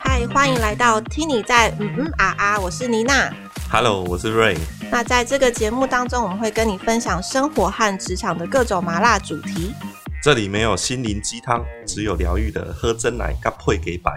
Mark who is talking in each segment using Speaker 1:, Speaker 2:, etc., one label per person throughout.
Speaker 1: 嗨，欢迎来到听你在嗯嗯啊啊，我是妮娜。
Speaker 2: Hello，我是 Ray。
Speaker 1: 那在这个节目当中，我们会跟你分享生活和职场的各种麻辣主题。
Speaker 2: 这里没有心灵鸡汤，只有疗愈的喝真奶搭配给白。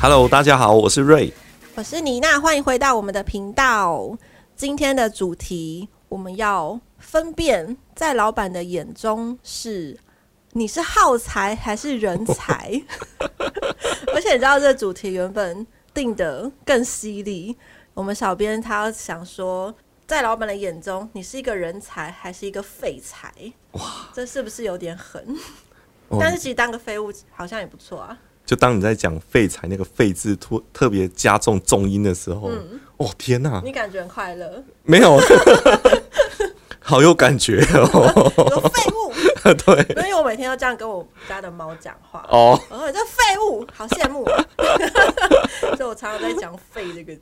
Speaker 2: Hello，大家好，我是 Ray。
Speaker 1: 我是妮娜，欢迎回到我们的频道。今天的主题，我们要分辨在老板的眼中是你是耗材还是人才。 而且你知道，这主题原本定的更犀利。我们小编他想说，在老板的眼中，你是一个人才还是一个废材？哇，这是不是有点狠？
Speaker 2: 哦
Speaker 1: 但是其实当个废物好像也不错啊。
Speaker 2: 就当你在讲废材那个“废”字突特别加重重音的时候，哦天哪、
Speaker 1: 你感觉很快乐？
Speaker 2: 没有， 好有感觉哦。
Speaker 1: 我说废物，
Speaker 2: 对，
Speaker 1: 因为我每天都这样跟我家的猫讲话。
Speaker 2: 哦，
Speaker 1: 我说你这废物，好羡慕、啊。 所以我常常在讲“废”这个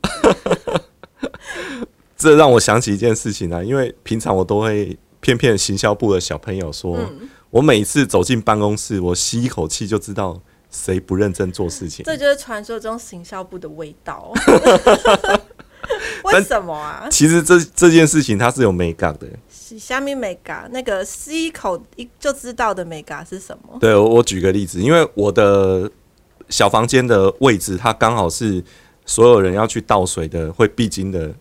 Speaker 1: 字。
Speaker 2: 这让我想起一件事情啊，因为平常我都会骗骗行销部的小朋友说，
Speaker 1: 嗯
Speaker 2: 我每次走进办公室，我吸一口气就知道谁不认真做事情。
Speaker 1: 这就是传说中行销部的味道。哦 为什么啊？
Speaker 2: 其实这这件事情它是有美感的，
Speaker 1: 是虾米美嘎，那个吸一口一就知道的美嘎是什么？
Speaker 2: 对我我举个例子，因为我的小房间的位置，它刚好是所有人要去倒水的会必经的，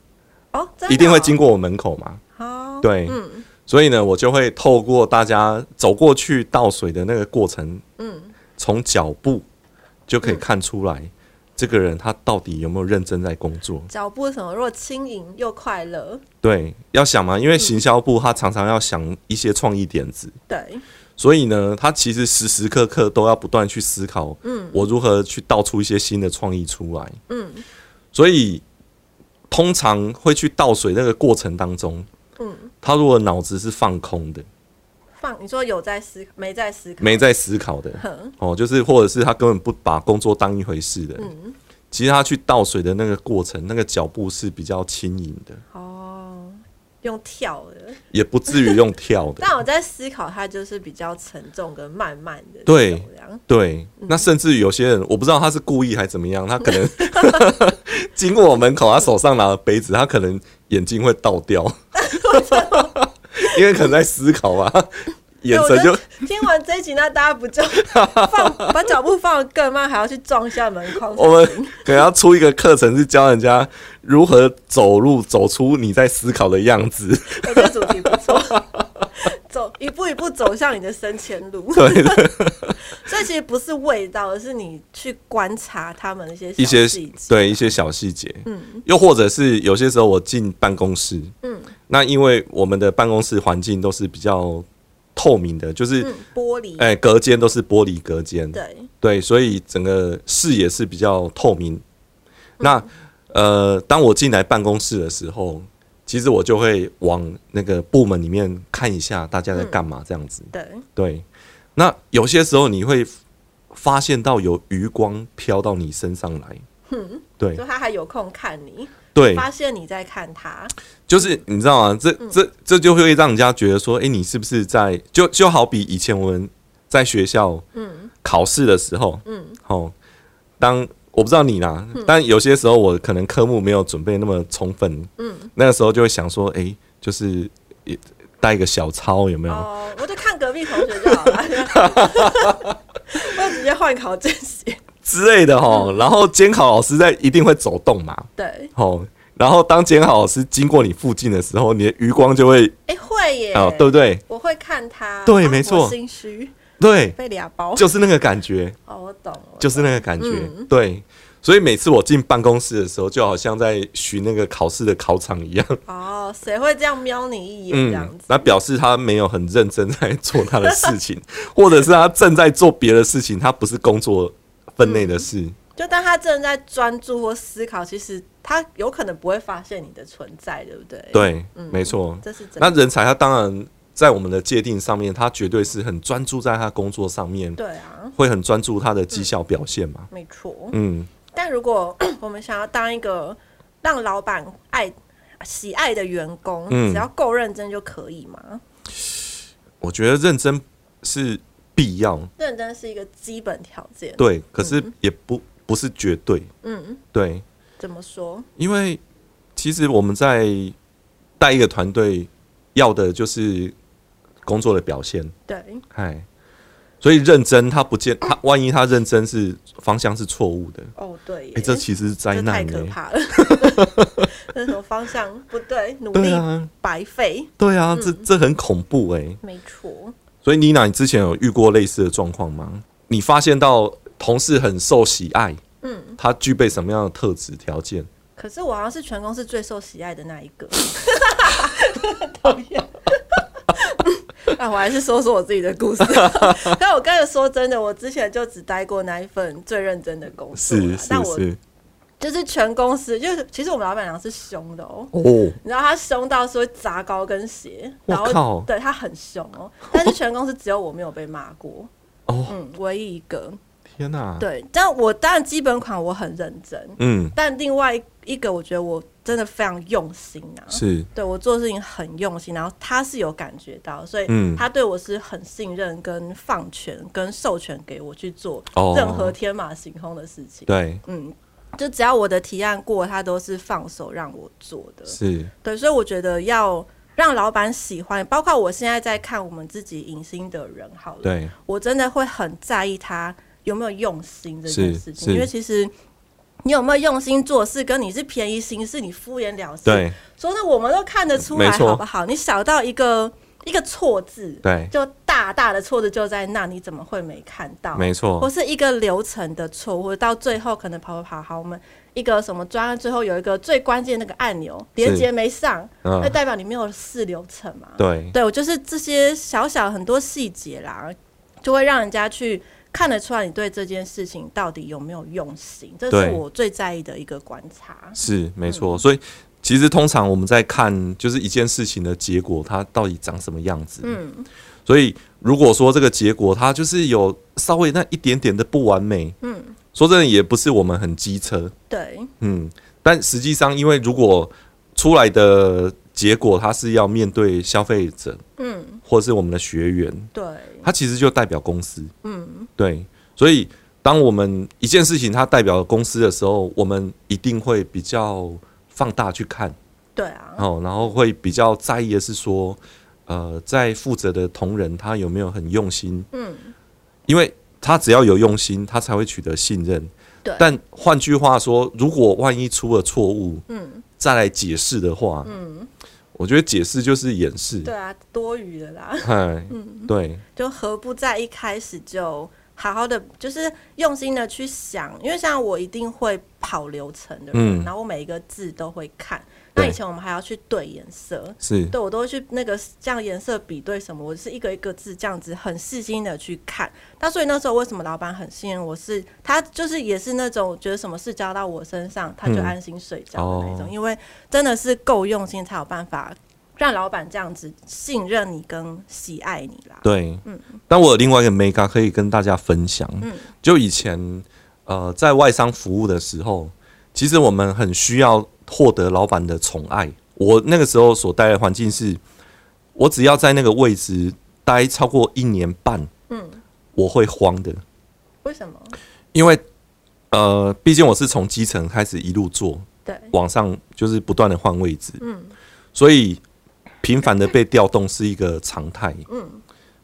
Speaker 1: 哦，真的
Speaker 2: 一定会
Speaker 1: 哦
Speaker 2: 经。过我门口嘛。
Speaker 1: 好，
Speaker 2: 对，所以呢，我就会透过大家走过去倒水的那个过程，嗯，从脚步就可以看出来、这个人他到底有没有认真在工作。
Speaker 1: 脚步是什么？如果轻盈又快乐，
Speaker 2: 对，要想嘛，因为行销部他常常要想一些创意点子，
Speaker 1: 对，
Speaker 2: 所以呢，他其实时时刻刻都要不断去思考，嗯，我如何去道出一些新的创意出来，嗯，所以通常会去倒水那个过程当中，嗯，他如果脑子是放空的，
Speaker 1: 放你说有在思考，没在思考，
Speaker 2: 没在思考的，
Speaker 1: 哼
Speaker 2: 哦，就是或者是他根本不把工作当一回事的，
Speaker 1: 嗯
Speaker 2: 其实他去倒水的那个过程，那个脚步是比较轻盈的，
Speaker 1: 哦，用跳的。
Speaker 2: 也不至于用跳 的，
Speaker 1: 但我在思考，它就是比较沉重跟慢慢的
Speaker 2: 对
Speaker 1: 这样
Speaker 2: 对，
Speaker 1: 嗯
Speaker 2: 那甚至有些人，我不知道他是故意还怎么样，他 可能经过我门口，他手上拿了杯子，他可能眼睛会倒掉，因为可能在思考吧，
Speaker 1: 对，
Speaker 2: 眼
Speaker 1: 我
Speaker 2: 神
Speaker 1: 觉
Speaker 2: 就
Speaker 1: 得 听完这一集，那大家不 就放把脚步放得更慢，还要去撞一下门框？
Speaker 2: 我们可能要出一个课程，是教人家如何走路走出你在思考的样子。
Speaker 1: 我觉得主题不错，走一步一步走向你的升迁路。
Speaker 2: 对
Speaker 1: 所以其实不是味道，而是你去观察他们的一些小
Speaker 2: 一些
Speaker 1: 细节。
Speaker 2: 对一些小细节，嗯，又或者是有些时候我进办公室，嗯，那因为我们的办公室环境都是比较透明的，就是
Speaker 1: 嗯，玻璃，
Speaker 2: 哎、隔间都是玻璃隔间，
Speaker 1: 对，
Speaker 2: 对，所以整个视野是比较透明。
Speaker 1: 嗯
Speaker 2: 那呃，当我进来办公室的时候，其实我就会往那个部门里面看一下大家
Speaker 1: 嗯
Speaker 2: 在干嘛这样子。
Speaker 1: 对，
Speaker 2: 对，那有些时候你会发现到有余光飘到你身上来。对
Speaker 1: 就他还有空看你，
Speaker 2: 对，
Speaker 1: 嗯发现你在看他，
Speaker 2: 就是你知道吗？这这这就会让人家觉得说，诶，你是不是在就就好比以前我们在学校，考试的时候，嗯，哦，当我不知道你啦，但有些时候我可能科目没有准备那么充分，嗯，那个时候就会想说，诶，就是也带一个小抄有没有？
Speaker 1: 哦，我就看隔壁同学就好 了，我直接换考这些，
Speaker 2: 之类的哈，然后监考老师在一定会走动嘛，
Speaker 1: 对，
Speaker 2: 哦，然后当监考老师经过你附近的时候，你的余光就会
Speaker 1: 哎，会耶，
Speaker 2: 哦，对不对？
Speaker 1: 我会看他，
Speaker 2: 对
Speaker 1: 啊
Speaker 2: 没
Speaker 1: 我
Speaker 2: 错
Speaker 1: 心虚
Speaker 2: 对，
Speaker 1: 被俩包，
Speaker 2: 就是那个感觉。
Speaker 1: 哦，我懂了，
Speaker 2: 就是那个感觉。
Speaker 1: 嗯
Speaker 2: 对，所以每次我进办公室的时候，就好像在巡那个考试的考场一样。
Speaker 1: 哦，谁会这样瞄你一眼这样
Speaker 2: 嗯
Speaker 1: 子，？
Speaker 2: 那表示他没有很认真在做他的 事情，或者是他正在做别的事情，他不是工作分内的事。
Speaker 1: 就当他正在专注或思考，其实他有可能不会发现你的存在，对不对？，嗯
Speaker 2: 对，没错。
Speaker 1: 这是真
Speaker 2: 那
Speaker 1: 的。
Speaker 2: 人才他当然在我们的界定上面，他绝对是很专注在他工作上面，
Speaker 1: 对啊，
Speaker 2: 会很专注他的绩效表现嘛。
Speaker 1: 没错。
Speaker 2: 嗯，
Speaker 1: 但如果 我们想要当一个让老板爱喜爱的员工，
Speaker 2: 嗯
Speaker 1: 只要够认真就可以吗？
Speaker 2: 我觉得认真是必要，
Speaker 1: 认真是一个基本条件。
Speaker 2: 对，可是也不不是绝对，
Speaker 1: 嗯，
Speaker 2: 对，
Speaker 1: 怎么说？
Speaker 2: 因为其实我们在带一个团队，要的就是工作的表现，
Speaker 1: 对，
Speaker 2: 哎，所以认真他不见他，万一他认真是方向是错误的，
Speaker 1: 哦，对耶，
Speaker 2: 哎、这其实是灾
Speaker 1: 这太
Speaker 2: 难
Speaker 1: 可
Speaker 2: 哎、
Speaker 1: 怕了。 那什么方向不对，努力
Speaker 2: 对啊，
Speaker 1: 白费，
Speaker 2: 对啊，这这很恐怖哎、
Speaker 1: 没错。
Speaker 2: 所以妮娜，你之前有遇过类似的状况吗？你发现到同事很受喜爱，
Speaker 1: 嗯，
Speaker 2: 他具备什么样的特质条件？
Speaker 1: 可是我好像是全公司最受喜爱的那一个， 讨 厌。那啊我还是说说我自己的 故事。但我跟你说真的，我之前就只待过那一份最认真的工作啦，
Speaker 2: 是是
Speaker 1: 啊但我
Speaker 2: 是，
Speaker 1: 就是全公司，就是其实我们老板娘是凶的哦。
Speaker 2: 哦，
Speaker 1: 你知道她凶到是会砸高跟鞋，
Speaker 2: 我
Speaker 1: 然后
Speaker 2: 靠
Speaker 1: 对她很凶哦。但是全公司只有我没有被骂过，
Speaker 2: 哦啊
Speaker 1: 嗯，唯一一个。
Speaker 2: 天哪、
Speaker 1: 对，但我当然基本款我很认真，
Speaker 2: 嗯，
Speaker 1: 但另外一个我觉得我真的非常用心啊，
Speaker 2: 是，
Speaker 1: 对我做事情很用心，然后他是有感觉到，所以
Speaker 2: 嗯
Speaker 1: 他对我是很信任、跟放权、跟授权给我去做
Speaker 2: 哦
Speaker 1: 任何天马行空的事情。
Speaker 2: 对，
Speaker 1: 嗯，就只要我的提案过，他都是放手让我做的。
Speaker 2: 是，
Speaker 1: 对，所以我觉得要让老板喜欢，包括我现在在看我们自己影星的人好了，
Speaker 2: 对，
Speaker 1: 我真的会很在意他有没有用心这件
Speaker 2: 是
Speaker 1: 事情，
Speaker 2: 是
Speaker 1: 因为其实你有没有用心做事，跟你是便宜行事，你敷衍了事，
Speaker 2: 对，
Speaker 1: 说的我们都看得出来，
Speaker 2: 没错
Speaker 1: 好不好？你小到一个一个错字，
Speaker 2: 对，
Speaker 1: 就大大的错字就在那，你怎么会没看到？
Speaker 2: 没
Speaker 1: 或
Speaker 2: 错，
Speaker 1: 是一个流程的错误，或者到最后可能跑跑跑好，我们一个什么专案最后有一个最关键那个按钮连接没上，
Speaker 2: 嗯
Speaker 1: 那，代表你没有试流程嘛？
Speaker 2: 对，
Speaker 1: 对我就是这些小小很多细节啦，就会让人家去看得出来你对这件事情到底有没有用心，这是
Speaker 2: 对
Speaker 1: 我最在意的一个观察。
Speaker 2: 是没
Speaker 1: 嗯
Speaker 2: 错。所以其实通常我们在看就是一件事情的结果，它到底长什么样子。
Speaker 1: 嗯，
Speaker 2: 所以如果说这个结果它就是有稍微那一点点的不完美，
Speaker 1: 嗯，
Speaker 2: 说真的也不是我们很机车，
Speaker 1: 对，
Speaker 2: 嗯，但实际上因为如果出来的结果它是要面对消费者
Speaker 1: 嗯，
Speaker 2: 或是我们的学员，
Speaker 1: 对，
Speaker 2: 它其实就代表公司，
Speaker 1: 嗯，
Speaker 2: 对，所以当我们一件事情它代表公司的时候，我们一定会比较放大去看
Speaker 1: 对啊，
Speaker 2: 哦，然后会比较在意的是说，呃，在负责的同仁他有没有很用心，
Speaker 1: 嗯，
Speaker 2: 因为他只要有用心，他才会取得信任。
Speaker 1: 对
Speaker 2: 但换句话说，如果万一出了错误，
Speaker 1: 嗯，
Speaker 2: 再来解释的话，嗯，我觉得解释就是掩饰，
Speaker 1: 对嗯啊，多余的啦。
Speaker 2: 哎，对，
Speaker 1: 就何不在一开始就好好的，就是用心的去想，因为像我一定会跑流程的人，
Speaker 2: 嗯
Speaker 1: 然后我每一个字都会看。
Speaker 2: 对
Speaker 1: 那以前我们还要去对颜色，
Speaker 2: 是，
Speaker 1: 对我都会去那个这样颜色比对什么，我是一个一个字这样子很细心的去看。那所以那时候为什么老板很信任我是他就是也是那种觉得什么事交到我身上他就
Speaker 2: 嗯
Speaker 1: 安心睡觉的那种，
Speaker 2: 哦
Speaker 1: 因为真的是够用心才有办法让老板这样子信任你跟喜爱你啦。
Speaker 2: 对，
Speaker 1: 嗯
Speaker 2: 但我有另外一个 mega 可以跟大家分享，
Speaker 1: 嗯
Speaker 2: 就以前呃在外商服务的时候，其实我们很需要获得老板的宠爱。我那个时候所待的环境是，我只要在那个位置待超过一年半，
Speaker 1: 嗯，
Speaker 2: 我会慌的，
Speaker 1: 为什么？
Speaker 2: 因为呃，毕竟我是从基层开始一路做，
Speaker 1: 对，
Speaker 2: 往上就是不断的换位置，
Speaker 1: 嗯
Speaker 2: 所以频繁的被调动是一个常态。
Speaker 1: 嗯，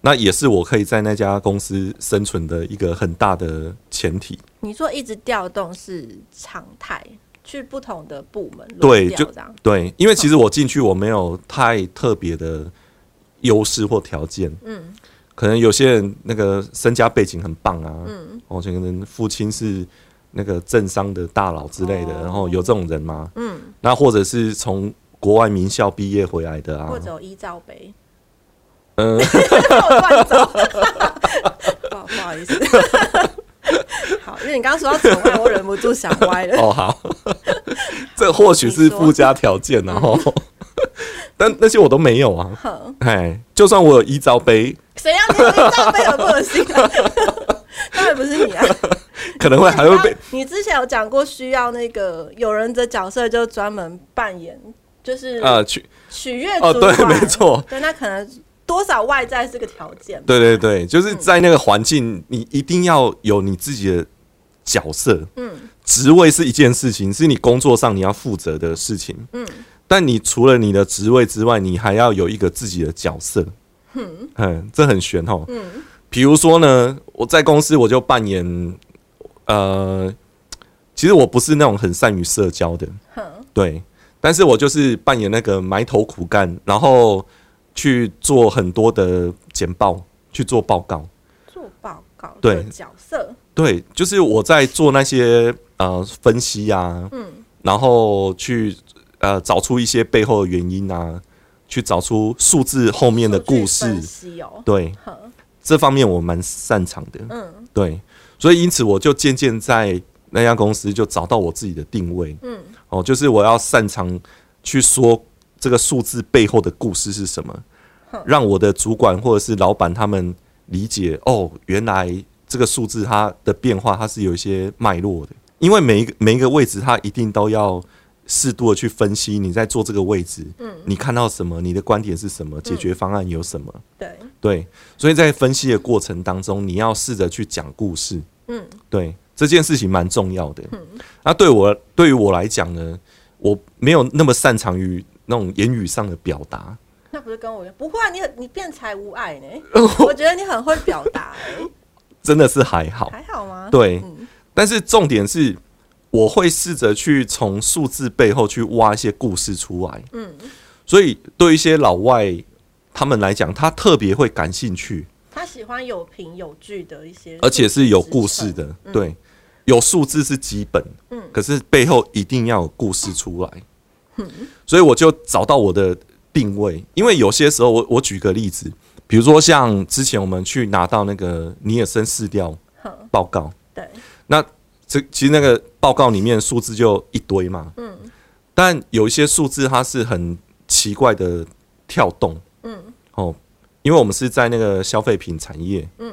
Speaker 2: 那也是我可以在那家公司生存的一个很大的前提。
Speaker 1: 你说一直调动是常态，去不同的部门
Speaker 2: 对
Speaker 1: 轮调
Speaker 2: 就
Speaker 1: 这样，
Speaker 2: 对，因为其实我进去我没有太特别的优势或条件，
Speaker 1: 嗯
Speaker 2: 可能有些人那个身家背景很棒啊，
Speaker 1: 嗯
Speaker 2: 哦，可能父亲是那个政商的大佬之类的，
Speaker 1: 哦
Speaker 2: 然后有这种人吗？
Speaker 1: 嗯，
Speaker 2: 那或者是从国外名校毕业回来的啊
Speaker 1: 或，者有依照杯，
Speaker 2: 嗯，
Speaker 1: 我乱走， 不好不好意思。 好，因为你刚刚说到宠爱，我忍不住想
Speaker 2: 哦
Speaker 1: 歪了。
Speaker 2: 哦，好，这或许是附加条件、然后，啊哦但那些我都没有啊。
Speaker 1: 哼，
Speaker 2: 哎，就算我有一招杯，
Speaker 1: 谁让你你罩杯很不恶心 啊？当然不是你啊！
Speaker 2: 可能会 还会被
Speaker 1: 你之前有讲过，需要那个有人的角色就专门扮演，就是
Speaker 2: 啊去
Speaker 1: 取悦
Speaker 2: 哦，
Speaker 1: 主
Speaker 2: 对
Speaker 1: 管。，
Speaker 2: 没错，
Speaker 1: 对，那可能多少外在是个条件。
Speaker 2: 对对对，就是在那个环境，你一定要有你自己的角色，嗯，职位是一件事情，是你工作上你要负责的事情，嗯，但你除了你的职位之外，你还要有一个自己的角色，嗯，这很悬哦，嗯，比如说呢，我在公司我就扮演，呃，其实我不是那种很善于社交的，
Speaker 1: 哼，
Speaker 2: 对，但是我就是扮演那个埋头苦干，然后去做很多的简报，去做报告。
Speaker 1: 做报告的
Speaker 2: 对
Speaker 1: 角色，
Speaker 2: 对，就是我在做那些呃分析啊，嗯，然后去呃找出一些背后的原因啊，去找出数字后面的
Speaker 1: 数据
Speaker 2: 故事
Speaker 1: 分。析哦。
Speaker 2: 对，
Speaker 1: 哼，
Speaker 2: 这方面我蛮擅长的，
Speaker 1: 嗯
Speaker 2: 对，所以因此我就渐渐在那家公司就找到我自己的定位，
Speaker 1: 嗯，
Speaker 2: 哦，就是我要擅长去说这个数字背后的故事是什么，让我的主管或者是老板他们理解哦，原来这个数字它的变化它是有一些脉络的，因为每一个每一个位置它一定都要。适度的去分析你在做这个位置，嗯，你看到什么？你的观点是什么？解
Speaker 1: 嗯
Speaker 2: 决方案有什么？
Speaker 1: 对，
Speaker 2: 对，所以在分析的过程当中，你要试着去讲故事。
Speaker 1: 嗯，
Speaker 2: 对，这件事情蛮重要的。那对我对于我来讲呢，我没有那么擅长于那种言语上的表达。
Speaker 1: 那不是跟我一样不会啊，你很你辩才无碍呢。 我觉得你很会表达、欸，
Speaker 2: 真的是还好，
Speaker 1: 还好吗？
Speaker 2: 对
Speaker 1: 嗯。
Speaker 2: 但是重点是，我会试着去从数字背后去挖一些故事出来。嗯，所以对一些老外他们来讲，他特别会感兴趣。
Speaker 1: 他喜欢有凭有据的一些，
Speaker 2: 而且是有故事。的，对，有数字是基本，嗯，可是背后一定要有故事出来，所以我就找到我的定位，因为有些时候我我举个例子，比如说像之前我们去拿到那个尼尔森试调
Speaker 1: 哼，
Speaker 2: 报告，
Speaker 1: 对，
Speaker 2: 那这其实那个报告里面数字就一堆嘛，嗯，但有一些数字它是很奇怪的跳动，
Speaker 1: 嗯，
Speaker 2: 哦，因为我们是在那个消费品产业，嗯，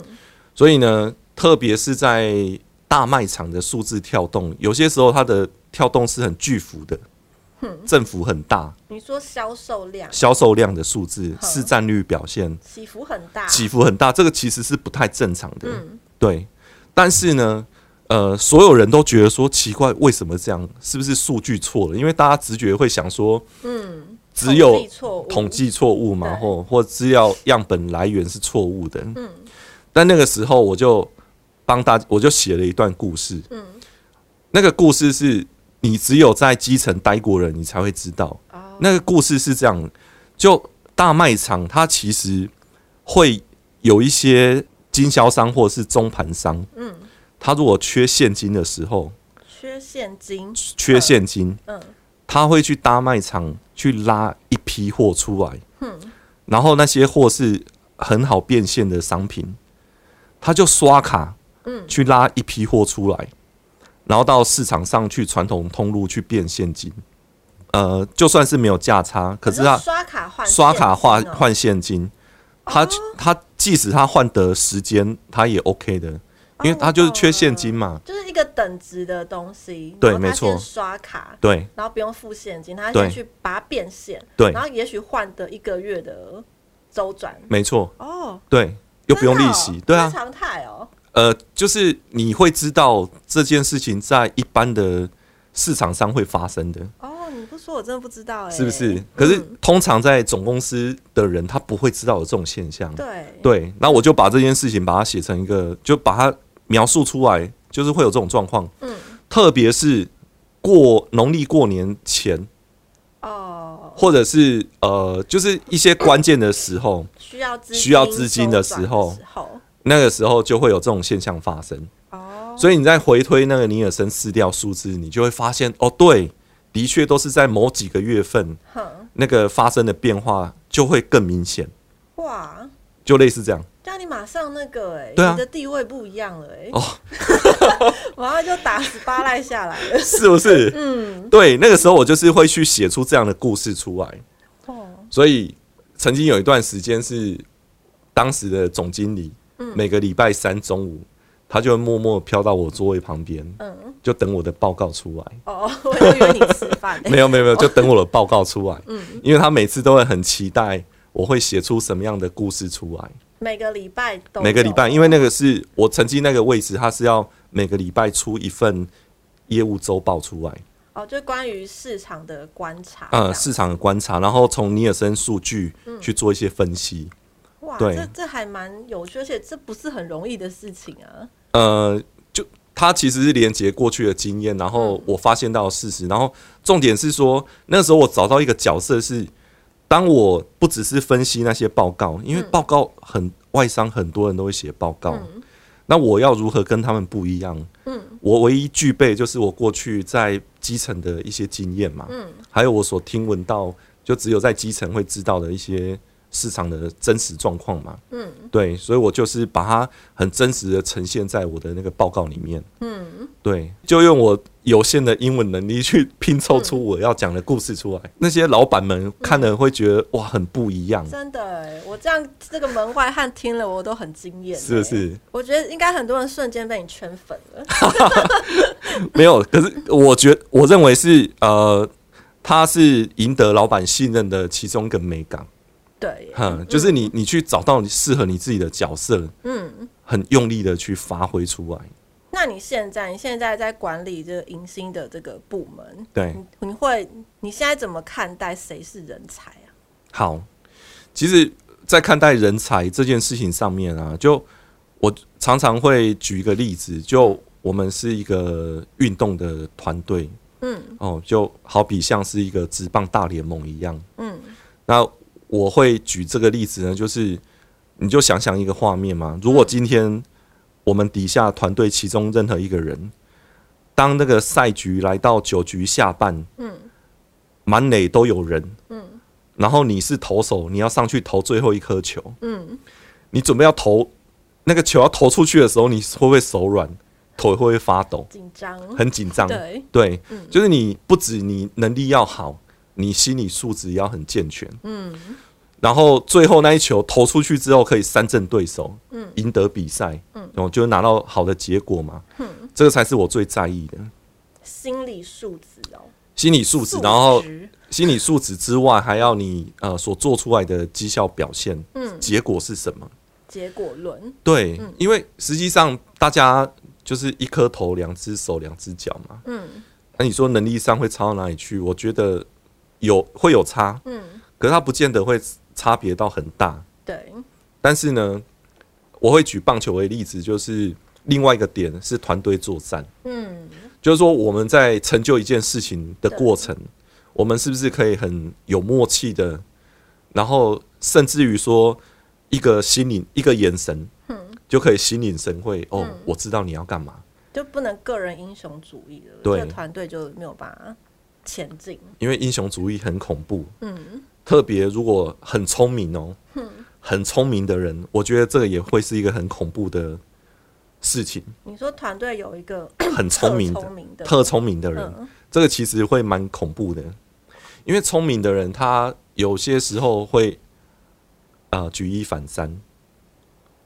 Speaker 2: 所以呢，特别是在大卖场的数字跳动，有些时候它的跳动是很巨幅的，振幅很大，
Speaker 1: 你说销售量
Speaker 2: 销售量的数字、
Speaker 1: 好
Speaker 2: 市占率表现
Speaker 1: 起伏很大，嗯
Speaker 2: 起伏很大，这个其实是不太正常的。对，但是呢，呃，所有人都觉得说奇怪，为什么这样？是不是数据错了？因为大家直觉会想说，
Speaker 1: 嗯，
Speaker 2: 只有
Speaker 1: 统计错误，
Speaker 2: 统计错误嘛，
Speaker 1: 对嗯
Speaker 2: 或或资料样本来源是错误的。但那个时候我就帮大，我就写了一段故事。
Speaker 1: 嗯
Speaker 2: 那个故事是你只有在基层待过人，你才会知道。
Speaker 1: 哦
Speaker 2: 那个故事是这样，就大卖场它其实会有一些经销商或是中盘商，嗯，他如果缺现金的时候，
Speaker 1: 缺现金，
Speaker 2: 缺现金，
Speaker 1: 嗯，
Speaker 2: 他会去大卖场去拉一批货出来，然后那些货是很好变现的商品，他就刷卡，
Speaker 1: 嗯
Speaker 2: 去拉一批货出来，然后到市场上去传统通路去变现金，呃，就算是没有价差，可是
Speaker 1: 你说
Speaker 2: 他
Speaker 1: 刷卡换
Speaker 2: 刷卡换
Speaker 1: 现金哦哦
Speaker 2: 换现金，他他即使他换得时间，他也 OK 的，因为他就是缺现金嘛，
Speaker 1: 就是一个等值的东西，
Speaker 2: 对
Speaker 1: 然后他
Speaker 2: 没错
Speaker 1: 先刷卡，
Speaker 2: 对
Speaker 1: 然后不用付现金，他
Speaker 2: 对
Speaker 1: 先去把它变现，
Speaker 2: 对
Speaker 1: 然后也许换得一个月的周转，
Speaker 2: 没错，
Speaker 1: 哦，
Speaker 2: 对，又不用利
Speaker 1: 真
Speaker 2: 息，
Speaker 1: 的哦
Speaker 2: 对啊
Speaker 1: 这是，常态哦，
Speaker 2: 呃，就是你会知道这件事情在一般的市场上会发生的，
Speaker 1: 哦，你不说我真的不知道，哎，
Speaker 2: 是不是？可是
Speaker 1: 嗯
Speaker 2: 通常在总公司的人，他不会知道有这种现象。
Speaker 1: 对，
Speaker 2: 对，那我就把这件事情把它写成一个，就把它描述出来，就是会有这种状况。
Speaker 1: 嗯，
Speaker 2: 特别是过农历过年前，
Speaker 1: 哦，
Speaker 2: 或者是呃，就是一些关键的时候，
Speaker 1: 需要资
Speaker 2: 需要资金的时候
Speaker 1: 周转的时候，
Speaker 2: 那个时候就会有这种现象发生。
Speaker 1: 哦，
Speaker 2: 所以你再回推那个尼尔森撕掉数字，你就会发现哦，对，的确都是在某几个月份
Speaker 1: 哼，
Speaker 2: 那个发生的变化就会更明显，
Speaker 1: 哇，
Speaker 2: 就类似这样。
Speaker 1: 这样你马上那个哎、
Speaker 2: 对啊
Speaker 1: 你的地位不一样了哎、
Speaker 2: 哦
Speaker 1: 马上就打十八赖下来了。
Speaker 2: 是不是？嗯，对，那个时候我就是会去写出这样的故事出来，
Speaker 1: 哦，
Speaker 2: 所以曾经有一段时间是当时的总经理，每个礼拜三中午，他就会默默飘到我座位旁边，
Speaker 1: 嗯，
Speaker 2: 就等我的报告出来。
Speaker 1: 哦，我以为你吃饭呢、
Speaker 2: 没有没有没有，就等我的报告出来。因为他每次都会很期待我会写出什么样的故事出来。
Speaker 1: 每个礼拜都
Speaker 2: 每个礼拜，
Speaker 1: 为
Speaker 2: 因为那个是我曾经那个位置，他是要每个礼拜出一份业务周报出来，
Speaker 1: 哦，就关于市场的观察这样，
Speaker 2: 呃，市场的观察，然后从尼尔森数据去做一些分析。
Speaker 1: 哇，
Speaker 2: 对
Speaker 1: 这这还蛮有趣，而且这不是很容易的事情啊。
Speaker 2: 呃，就它其实是连接过去的经验，然后我发现到的事实，然后重点是说，那时候我找到一个角色是，当我不只是分析那些报告，因为报告很、外商很多人都会写报告，那我要如何跟他们不一样？嗯，我唯一具备就是我过去在基层的一些经验嘛，嗯，还有我所听闻到，就只有在基层会知道的一些市场的真实状况嘛，嗯，对，所以我就是把它很真实的呈现在我的那个报告里面，嗯，对，就用我有限的英文能力去拼凑出我要讲的故事出来，那些老板们看了会觉得、哇，很不一样，
Speaker 1: 真的欸，我这样这个门外汉听了我都很惊艳，欸
Speaker 2: 是不？是？
Speaker 1: 我觉得应该很多人瞬间被你圈粉了。
Speaker 2: 没有，可是我觉我认为是呃，他是赢得老板信任的其中一个美感。
Speaker 1: 对耶，
Speaker 2: 哼，就是你你去找到你适合你自己的角色，
Speaker 1: 嗯，
Speaker 2: 很用力的去发挥出来。
Speaker 1: 那你现在你现在在管理这个迎新的这个部门，
Speaker 2: 对，
Speaker 1: 你你会你现在怎么看待谁是人才啊？
Speaker 2: 好，其实，在看待人才这件事情上面啊，就我常常会举一个例子，就我们是一个运动的团队，
Speaker 1: 嗯
Speaker 2: 哦，就好比像是一个职棒大联盟一样。
Speaker 1: 嗯，
Speaker 2: 那我会举这个例子呢，就是你就想想一个画面嘛，如果今天我们底下团队其中任何一个人，当那个赛局来到九局下半，嗯，满垒都有人，嗯，然后你是投手，你要上去投最后一颗球，嗯，你准备要投那个球要投出去的时候，你会不会手软，腿会不会发抖，
Speaker 1: 紧张，
Speaker 2: 很紧张，
Speaker 1: 对，
Speaker 2: 对，嗯就是你不止你能力要好，你心理素质也要很健全。嗯，然后最后那一球投出去之后，可以三振对手，嗯，赢得比赛，嗯，然后就拿到好的结果嘛。嗯，这个才是我最在意的
Speaker 1: 心理素质哦，
Speaker 2: 心理素质，然后心理素质之外，还要你呃所做出来的绩效表现，嗯，结果是什么？
Speaker 1: 结果论，
Speaker 2: 对，因为实际上大家就是一颗头、两只手、两只脚嘛。嗯，那、你说能力上会差到哪里去？我觉得有会有差，
Speaker 1: 嗯，
Speaker 2: 可是它不见得会差别到很大。
Speaker 1: 对，
Speaker 2: 但是呢，我会举棒球为例子，就是另外一个点是团队作战，
Speaker 1: 嗯
Speaker 2: 就是说我们在成就一件事情的过程，我们是不是可以很有默契的，然后甚至于说一个心领一个眼神，就可以心领神会。哦，我知道你要干嘛。
Speaker 1: 就不能个人英雄主义了，
Speaker 2: 对
Speaker 1: 这个团队就没有办法前进。
Speaker 2: 因为英雄主义很恐怖，嗯，特别如果很聪明哦，很聪明的人，我觉得这个也会是一个很恐怖的事情。
Speaker 1: 你说团队有一个
Speaker 2: 很聪明
Speaker 1: 特
Speaker 2: 的
Speaker 1: 聪明的，
Speaker 2: 特聪明的人，
Speaker 1: 嗯
Speaker 2: 这个其实会蛮恐怖的，因为聪明的人他有些时候会呃举一反三，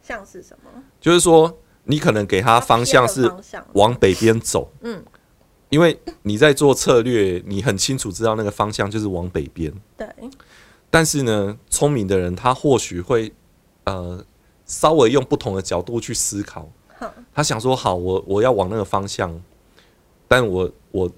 Speaker 1: 像是什么？
Speaker 2: 就是说你可能给他方向
Speaker 1: 偏
Speaker 2: 是
Speaker 1: 了方向
Speaker 2: 往北边走，
Speaker 1: 嗯，
Speaker 2: 因为你在做策略，你很清楚知道那个方向就是往北边，
Speaker 1: 对，
Speaker 2: 但是呢，聪明的人他或许会呃稍微用不同的角度去思考
Speaker 1: 哼，
Speaker 2: 他想说好，我我要往那个方向，但我我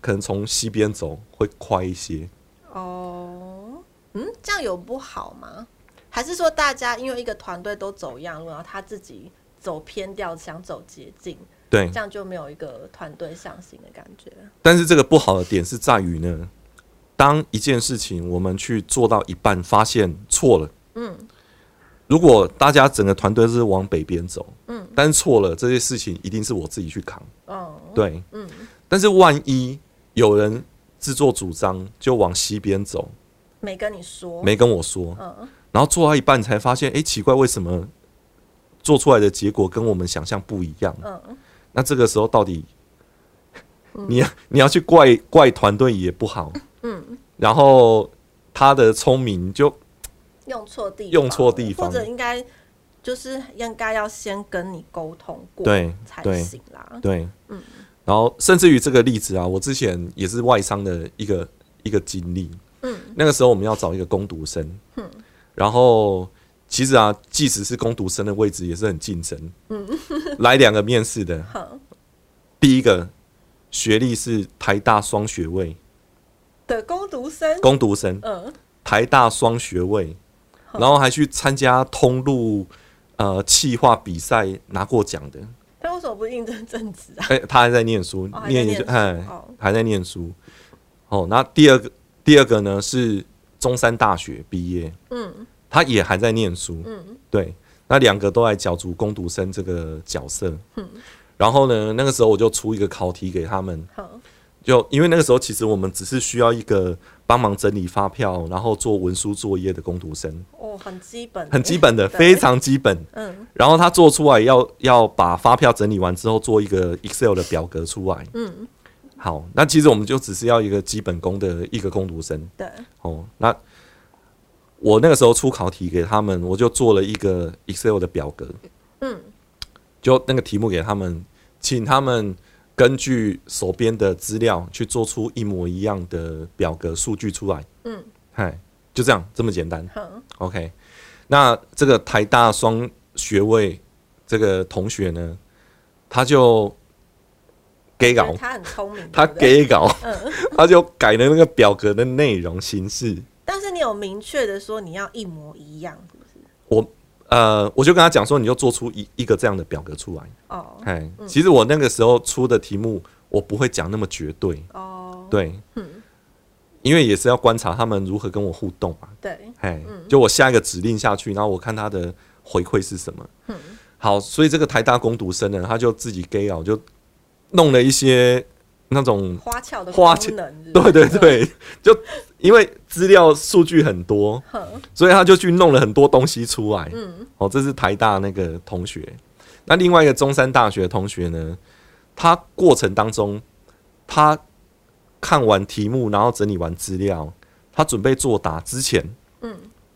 Speaker 2: 可能从西边走会快一些。
Speaker 1: 哦，嗯，这样有不好吗？还是说大家因为一个团队都走一样路，然后他自己走偏掉，想走捷径，
Speaker 2: 对
Speaker 1: 这，样就没有一个团队上行的感觉？
Speaker 2: 但是这个不好的点是在于呢，当一件事情我们去做到一半，发现错了，
Speaker 1: 嗯，
Speaker 2: 如果大家整个团队是往北边走，
Speaker 1: 嗯，
Speaker 2: 但是错了，这些事情一定是我自己去扛。
Speaker 1: 哦，
Speaker 2: 对，
Speaker 1: 嗯
Speaker 2: 但是万一有人自作主张就往西边走，
Speaker 1: 没跟你说，
Speaker 2: 没跟我说，
Speaker 1: 哦嗯，
Speaker 2: 然后做到一半才发现，诶，奇怪，为什么做出来的结果跟我们想象不一样？
Speaker 1: 嗯，
Speaker 2: 那这个时候到底，
Speaker 1: 嗯
Speaker 2: 你要你要去怪怪团队也不好，嗯，然后他的聪明就
Speaker 1: 用错地方
Speaker 2: 用错地方
Speaker 1: 或者应该就是应该要先跟你沟通过，
Speaker 2: 对
Speaker 1: 才
Speaker 2: 对
Speaker 1: 行啦。
Speaker 2: 对，嗯，然后甚至于这个例子啊，我之前也是外商的一个一个经历，嗯，那个时候我们要找一个攻读生，嗯，然后其实啊，即使是攻读生的位置也是很竞争，嗯，来两个面试的，
Speaker 1: 哼
Speaker 2: 第一个学历是台大双学位
Speaker 1: 的攻读生，
Speaker 2: 攻读生，
Speaker 1: 嗯，
Speaker 2: 台大双学位，然后还去参加通路呃企划比赛拿过奖的，
Speaker 1: 他为什么不应征正职啊？
Speaker 2: 哎、他还在念书，
Speaker 1: 哦还在
Speaker 2: 念
Speaker 1: 念
Speaker 2: 研究，
Speaker 1: 书
Speaker 2: 哎、
Speaker 1: 哦
Speaker 2: 还在念书。哦，那第二个第二个呢是中山大学毕业，嗯，他也还在念书，嗯，对，那两个都来角逐攻读生这个角色，嗯，然后呢，那个时候我就出一个考题给他们，
Speaker 1: 哼，
Speaker 2: 就因为那个时候其实我们只是需要一个帮忙整理发票，然后做文书作业的攻读生，
Speaker 1: 哦，很基本，
Speaker 2: 很基本的，
Speaker 1: 对
Speaker 2: 非常基本。
Speaker 1: 嗯
Speaker 2: 然后他做出来要要把发票整理完之后，做一个 Excel 的表格出来。嗯，好，那其实我们就只是要一个基本功的一个工读生
Speaker 1: 对，
Speaker 2: 哦。那我那个时候出考题给他们，我就做了一个 Excel 的表格。嗯，就那个题目给他们，请他们根据手边的资料去做出一模一样的表格数据出来。嗯，嗨，就这样这么简单。
Speaker 1: 哼，
Speaker 2: OK，那这个台大双学位这个同学呢，他就给
Speaker 1: 因为
Speaker 2: 稿，
Speaker 1: 他很聪明，
Speaker 2: 他
Speaker 1: 对不对。
Speaker 2: 给稿，他就改了那个表格的内容形式。
Speaker 1: 但是你有明确的说你要一模一样，是不是？
Speaker 2: 我呃，我就跟他讲说，你就做出一一个这样的表格出来。
Speaker 1: 哦
Speaker 2: 哎、其实我那个时候出的题目，我不会讲那么绝对，
Speaker 1: 哦，
Speaker 2: 对，因为也是要观察他们如何跟我互动嘛。
Speaker 1: 对，
Speaker 2: 哎，就我下一个指令下去，然后我看他的回馈是什么。
Speaker 1: 嗯
Speaker 2: 好，所以这个台大攻读生呢，他就自己 gay 啊，就弄了一些那种，
Speaker 1: 花俏的
Speaker 2: 花
Speaker 1: 功
Speaker 2: 俏
Speaker 1: 能是不
Speaker 2: 对
Speaker 1: 是，
Speaker 2: 对对，就因为资料数据很多，
Speaker 1: 哼，
Speaker 2: 所以他就去弄了很多东西出来。哦，这是台大那个同学。那另外一个中山大学的同学呢，他过程当中，他看完题目，然后整理完资料，他准备作答之前，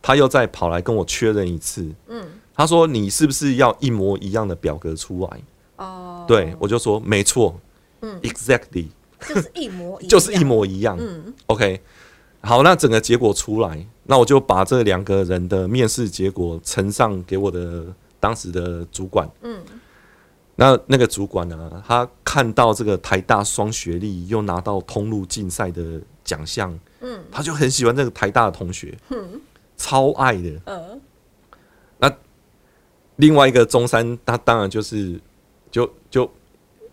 Speaker 2: 他又再跑来跟我确认一次，他说你是不是要一模一样的表格出来？
Speaker 1: 哦，
Speaker 2: 对，我就说没错，exactly
Speaker 1: 就是一模一样，
Speaker 2: 就是一模一样，OK。好，那整个结果出来，那我就把这两个人的面试结果呈上给我的当时的主管。嗯，那那个主管呢、他看到这个台大双学历又拿到通路竞赛的奖项，嗯，他就很喜欢这个台大的同学，嗯，超爱的。
Speaker 1: 嗯，
Speaker 2: 另外一个中山，他当然就是就就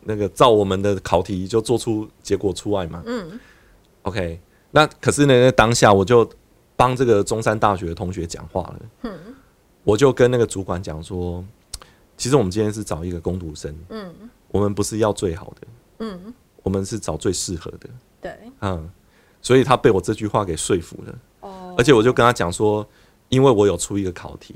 Speaker 2: 那个照我们的考题就做出结果出来嘛。嗯，OK，那可是呢，那当下我就帮这个中山大学的同学讲话了。嗯，我就跟那个主管讲说，其实我们今天是找一个攻读生，嗯，我们不是要最好的，
Speaker 1: 嗯，
Speaker 2: 我们是找最适合的，
Speaker 1: 对，
Speaker 2: 嗯，所以他被我这句话给说服了。
Speaker 1: 哦，
Speaker 2: 而且我就跟他讲说，因为我有出一个考题，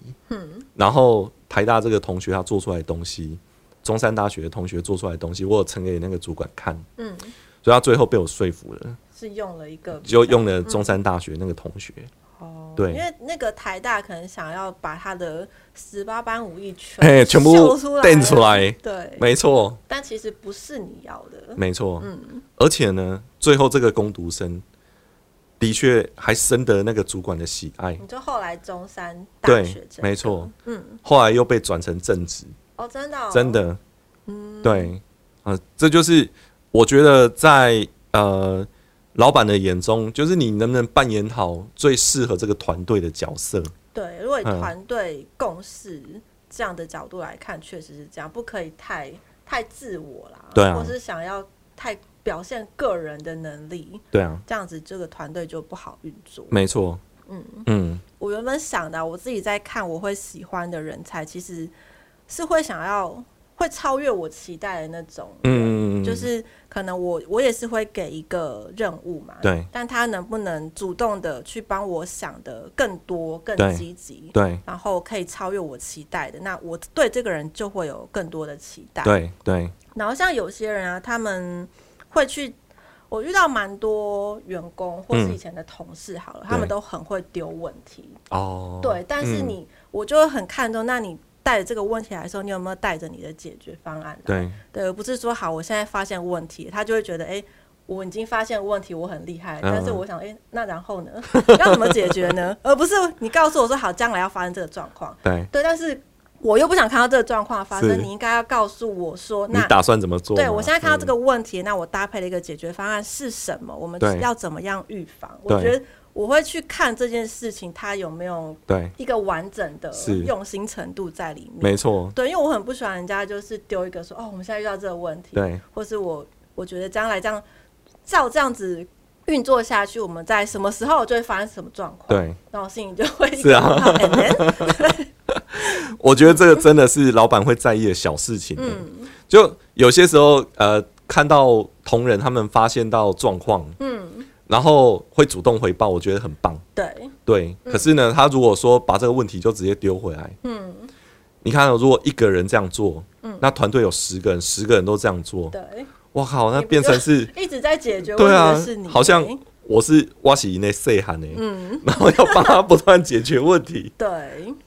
Speaker 2: 然后台大这个同学他做出来的东西，中山大学的同学做出来的东西，我有呈给那个主管看，
Speaker 1: 嗯，
Speaker 2: 所以他最后被我说服了，
Speaker 1: 是用了一个比
Speaker 2: 就
Speaker 1: 较
Speaker 2: 用了中山大学那个同学，
Speaker 1: 哦，
Speaker 2: 对
Speaker 1: 因为那个台大可能想要把他的十八般武艺全
Speaker 2: 哎、全部
Speaker 1: 秀出来，
Speaker 2: 瞪出，来，
Speaker 1: 对，嗯
Speaker 2: 没错，
Speaker 1: 但其实不是你要的，
Speaker 2: 没错，而且呢，最后这个攻读生的确还深得那个主管的喜爱。
Speaker 1: 你就后来中山大学
Speaker 2: 对，
Speaker 1: 这个
Speaker 2: 没错，嗯，后来又被转成正职，
Speaker 1: 哦，真的、哦，嗯
Speaker 2: 真，的，对，啊、这就是我觉得在呃老板的眼中，就是你能不能扮演好最适合这个团队的角色，
Speaker 1: 对，如果以
Speaker 2: 嗯
Speaker 1: 团队共事这样的角度来看，确实是这样，不可以太太自我啦，
Speaker 2: 对啊
Speaker 1: 或是想要太表现个人的能力，
Speaker 2: 对啊，
Speaker 1: 这样子这个团队就不好运作。
Speaker 2: 没错，嗯嗯，
Speaker 1: 我原本想的啊、我自己在看我会喜欢的人才，其实是会想要会超越我期待的那种。
Speaker 2: 嗯嗯
Speaker 1: 就是可能我我也是会给一个任务嘛，
Speaker 2: 对，
Speaker 1: 但他能不能主动的去帮我想的更多、更
Speaker 2: 对
Speaker 1: 积极，
Speaker 2: 对
Speaker 1: 然后可以超越我期待的，那我对这个人就会有更多的期待。
Speaker 2: 对对
Speaker 1: 然后像有些人啊，他们会去，我遇到蛮多员工或是
Speaker 2: 嗯
Speaker 1: 以前的同事，好了，他们
Speaker 2: 对
Speaker 1: 都很会丢问题。
Speaker 2: 哦，
Speaker 1: 对，但是
Speaker 2: 嗯
Speaker 1: 你、我就会很看重，那你带着这个问题来的时候，你有没有带着你的解决方案、啊？
Speaker 2: 对
Speaker 1: 对，而不是说好，我现在发现问题，他就会觉得，哎、我已经发现问题，我很厉害，但是
Speaker 2: 嗯
Speaker 1: 我想，哎、那然后呢？ 要怎么解决呢？ 而不是你告诉我说，好，将来要发生这个状况，
Speaker 2: 对，
Speaker 1: 对，但是我又不想看到这个状况发生
Speaker 2: 是，
Speaker 1: 你应该要告诉我说，
Speaker 2: 你
Speaker 1: 那
Speaker 2: 打算怎么做吗？
Speaker 1: 对我现在看到这
Speaker 2: 嗯
Speaker 1: 个问题，那我搭配了一个解决方案是什么？我们
Speaker 2: 对
Speaker 1: 要怎么样预防？我
Speaker 2: 对
Speaker 1: 觉得我会去看这件事情，它有没有
Speaker 2: 对，
Speaker 1: 一个完整的
Speaker 2: 是
Speaker 1: 用心程度在里面。
Speaker 2: 没错，
Speaker 1: 对，因为我很不喜欢人家就是丢一个说哦，我们现在遇到这个问题，
Speaker 2: 对
Speaker 1: 或是我我觉得将来这样照这样子运作下去，我们在什么时候就会发生什么状况，
Speaker 2: 对，
Speaker 1: 然后心里就会
Speaker 2: 是啊
Speaker 1: 好 and then，
Speaker 2: 我觉得这个真的是老板会在意的小事情。嗯，就有些时候，呃，看到同仁他们发现到状况，嗯，然后会主动回报，我觉得很棒。
Speaker 1: 对，
Speaker 2: 对，
Speaker 1: 嗯
Speaker 2: 可是呢，他如果说把这个问题就直接丢回来，嗯，你看哦，如果一个人这样做，嗯，那团队有十个人，十个人都这样做，
Speaker 1: 对，
Speaker 2: 我靠，那
Speaker 1: 你不
Speaker 2: 变成是
Speaker 1: 一直在解决问
Speaker 2: 对
Speaker 1: 题
Speaker 2: 啊
Speaker 1: 的是你，，
Speaker 2: 好像
Speaker 1: 对
Speaker 2: 我是挖起那塞喊呢，嗯， 然后要帮他不断解决问题，
Speaker 1: 对，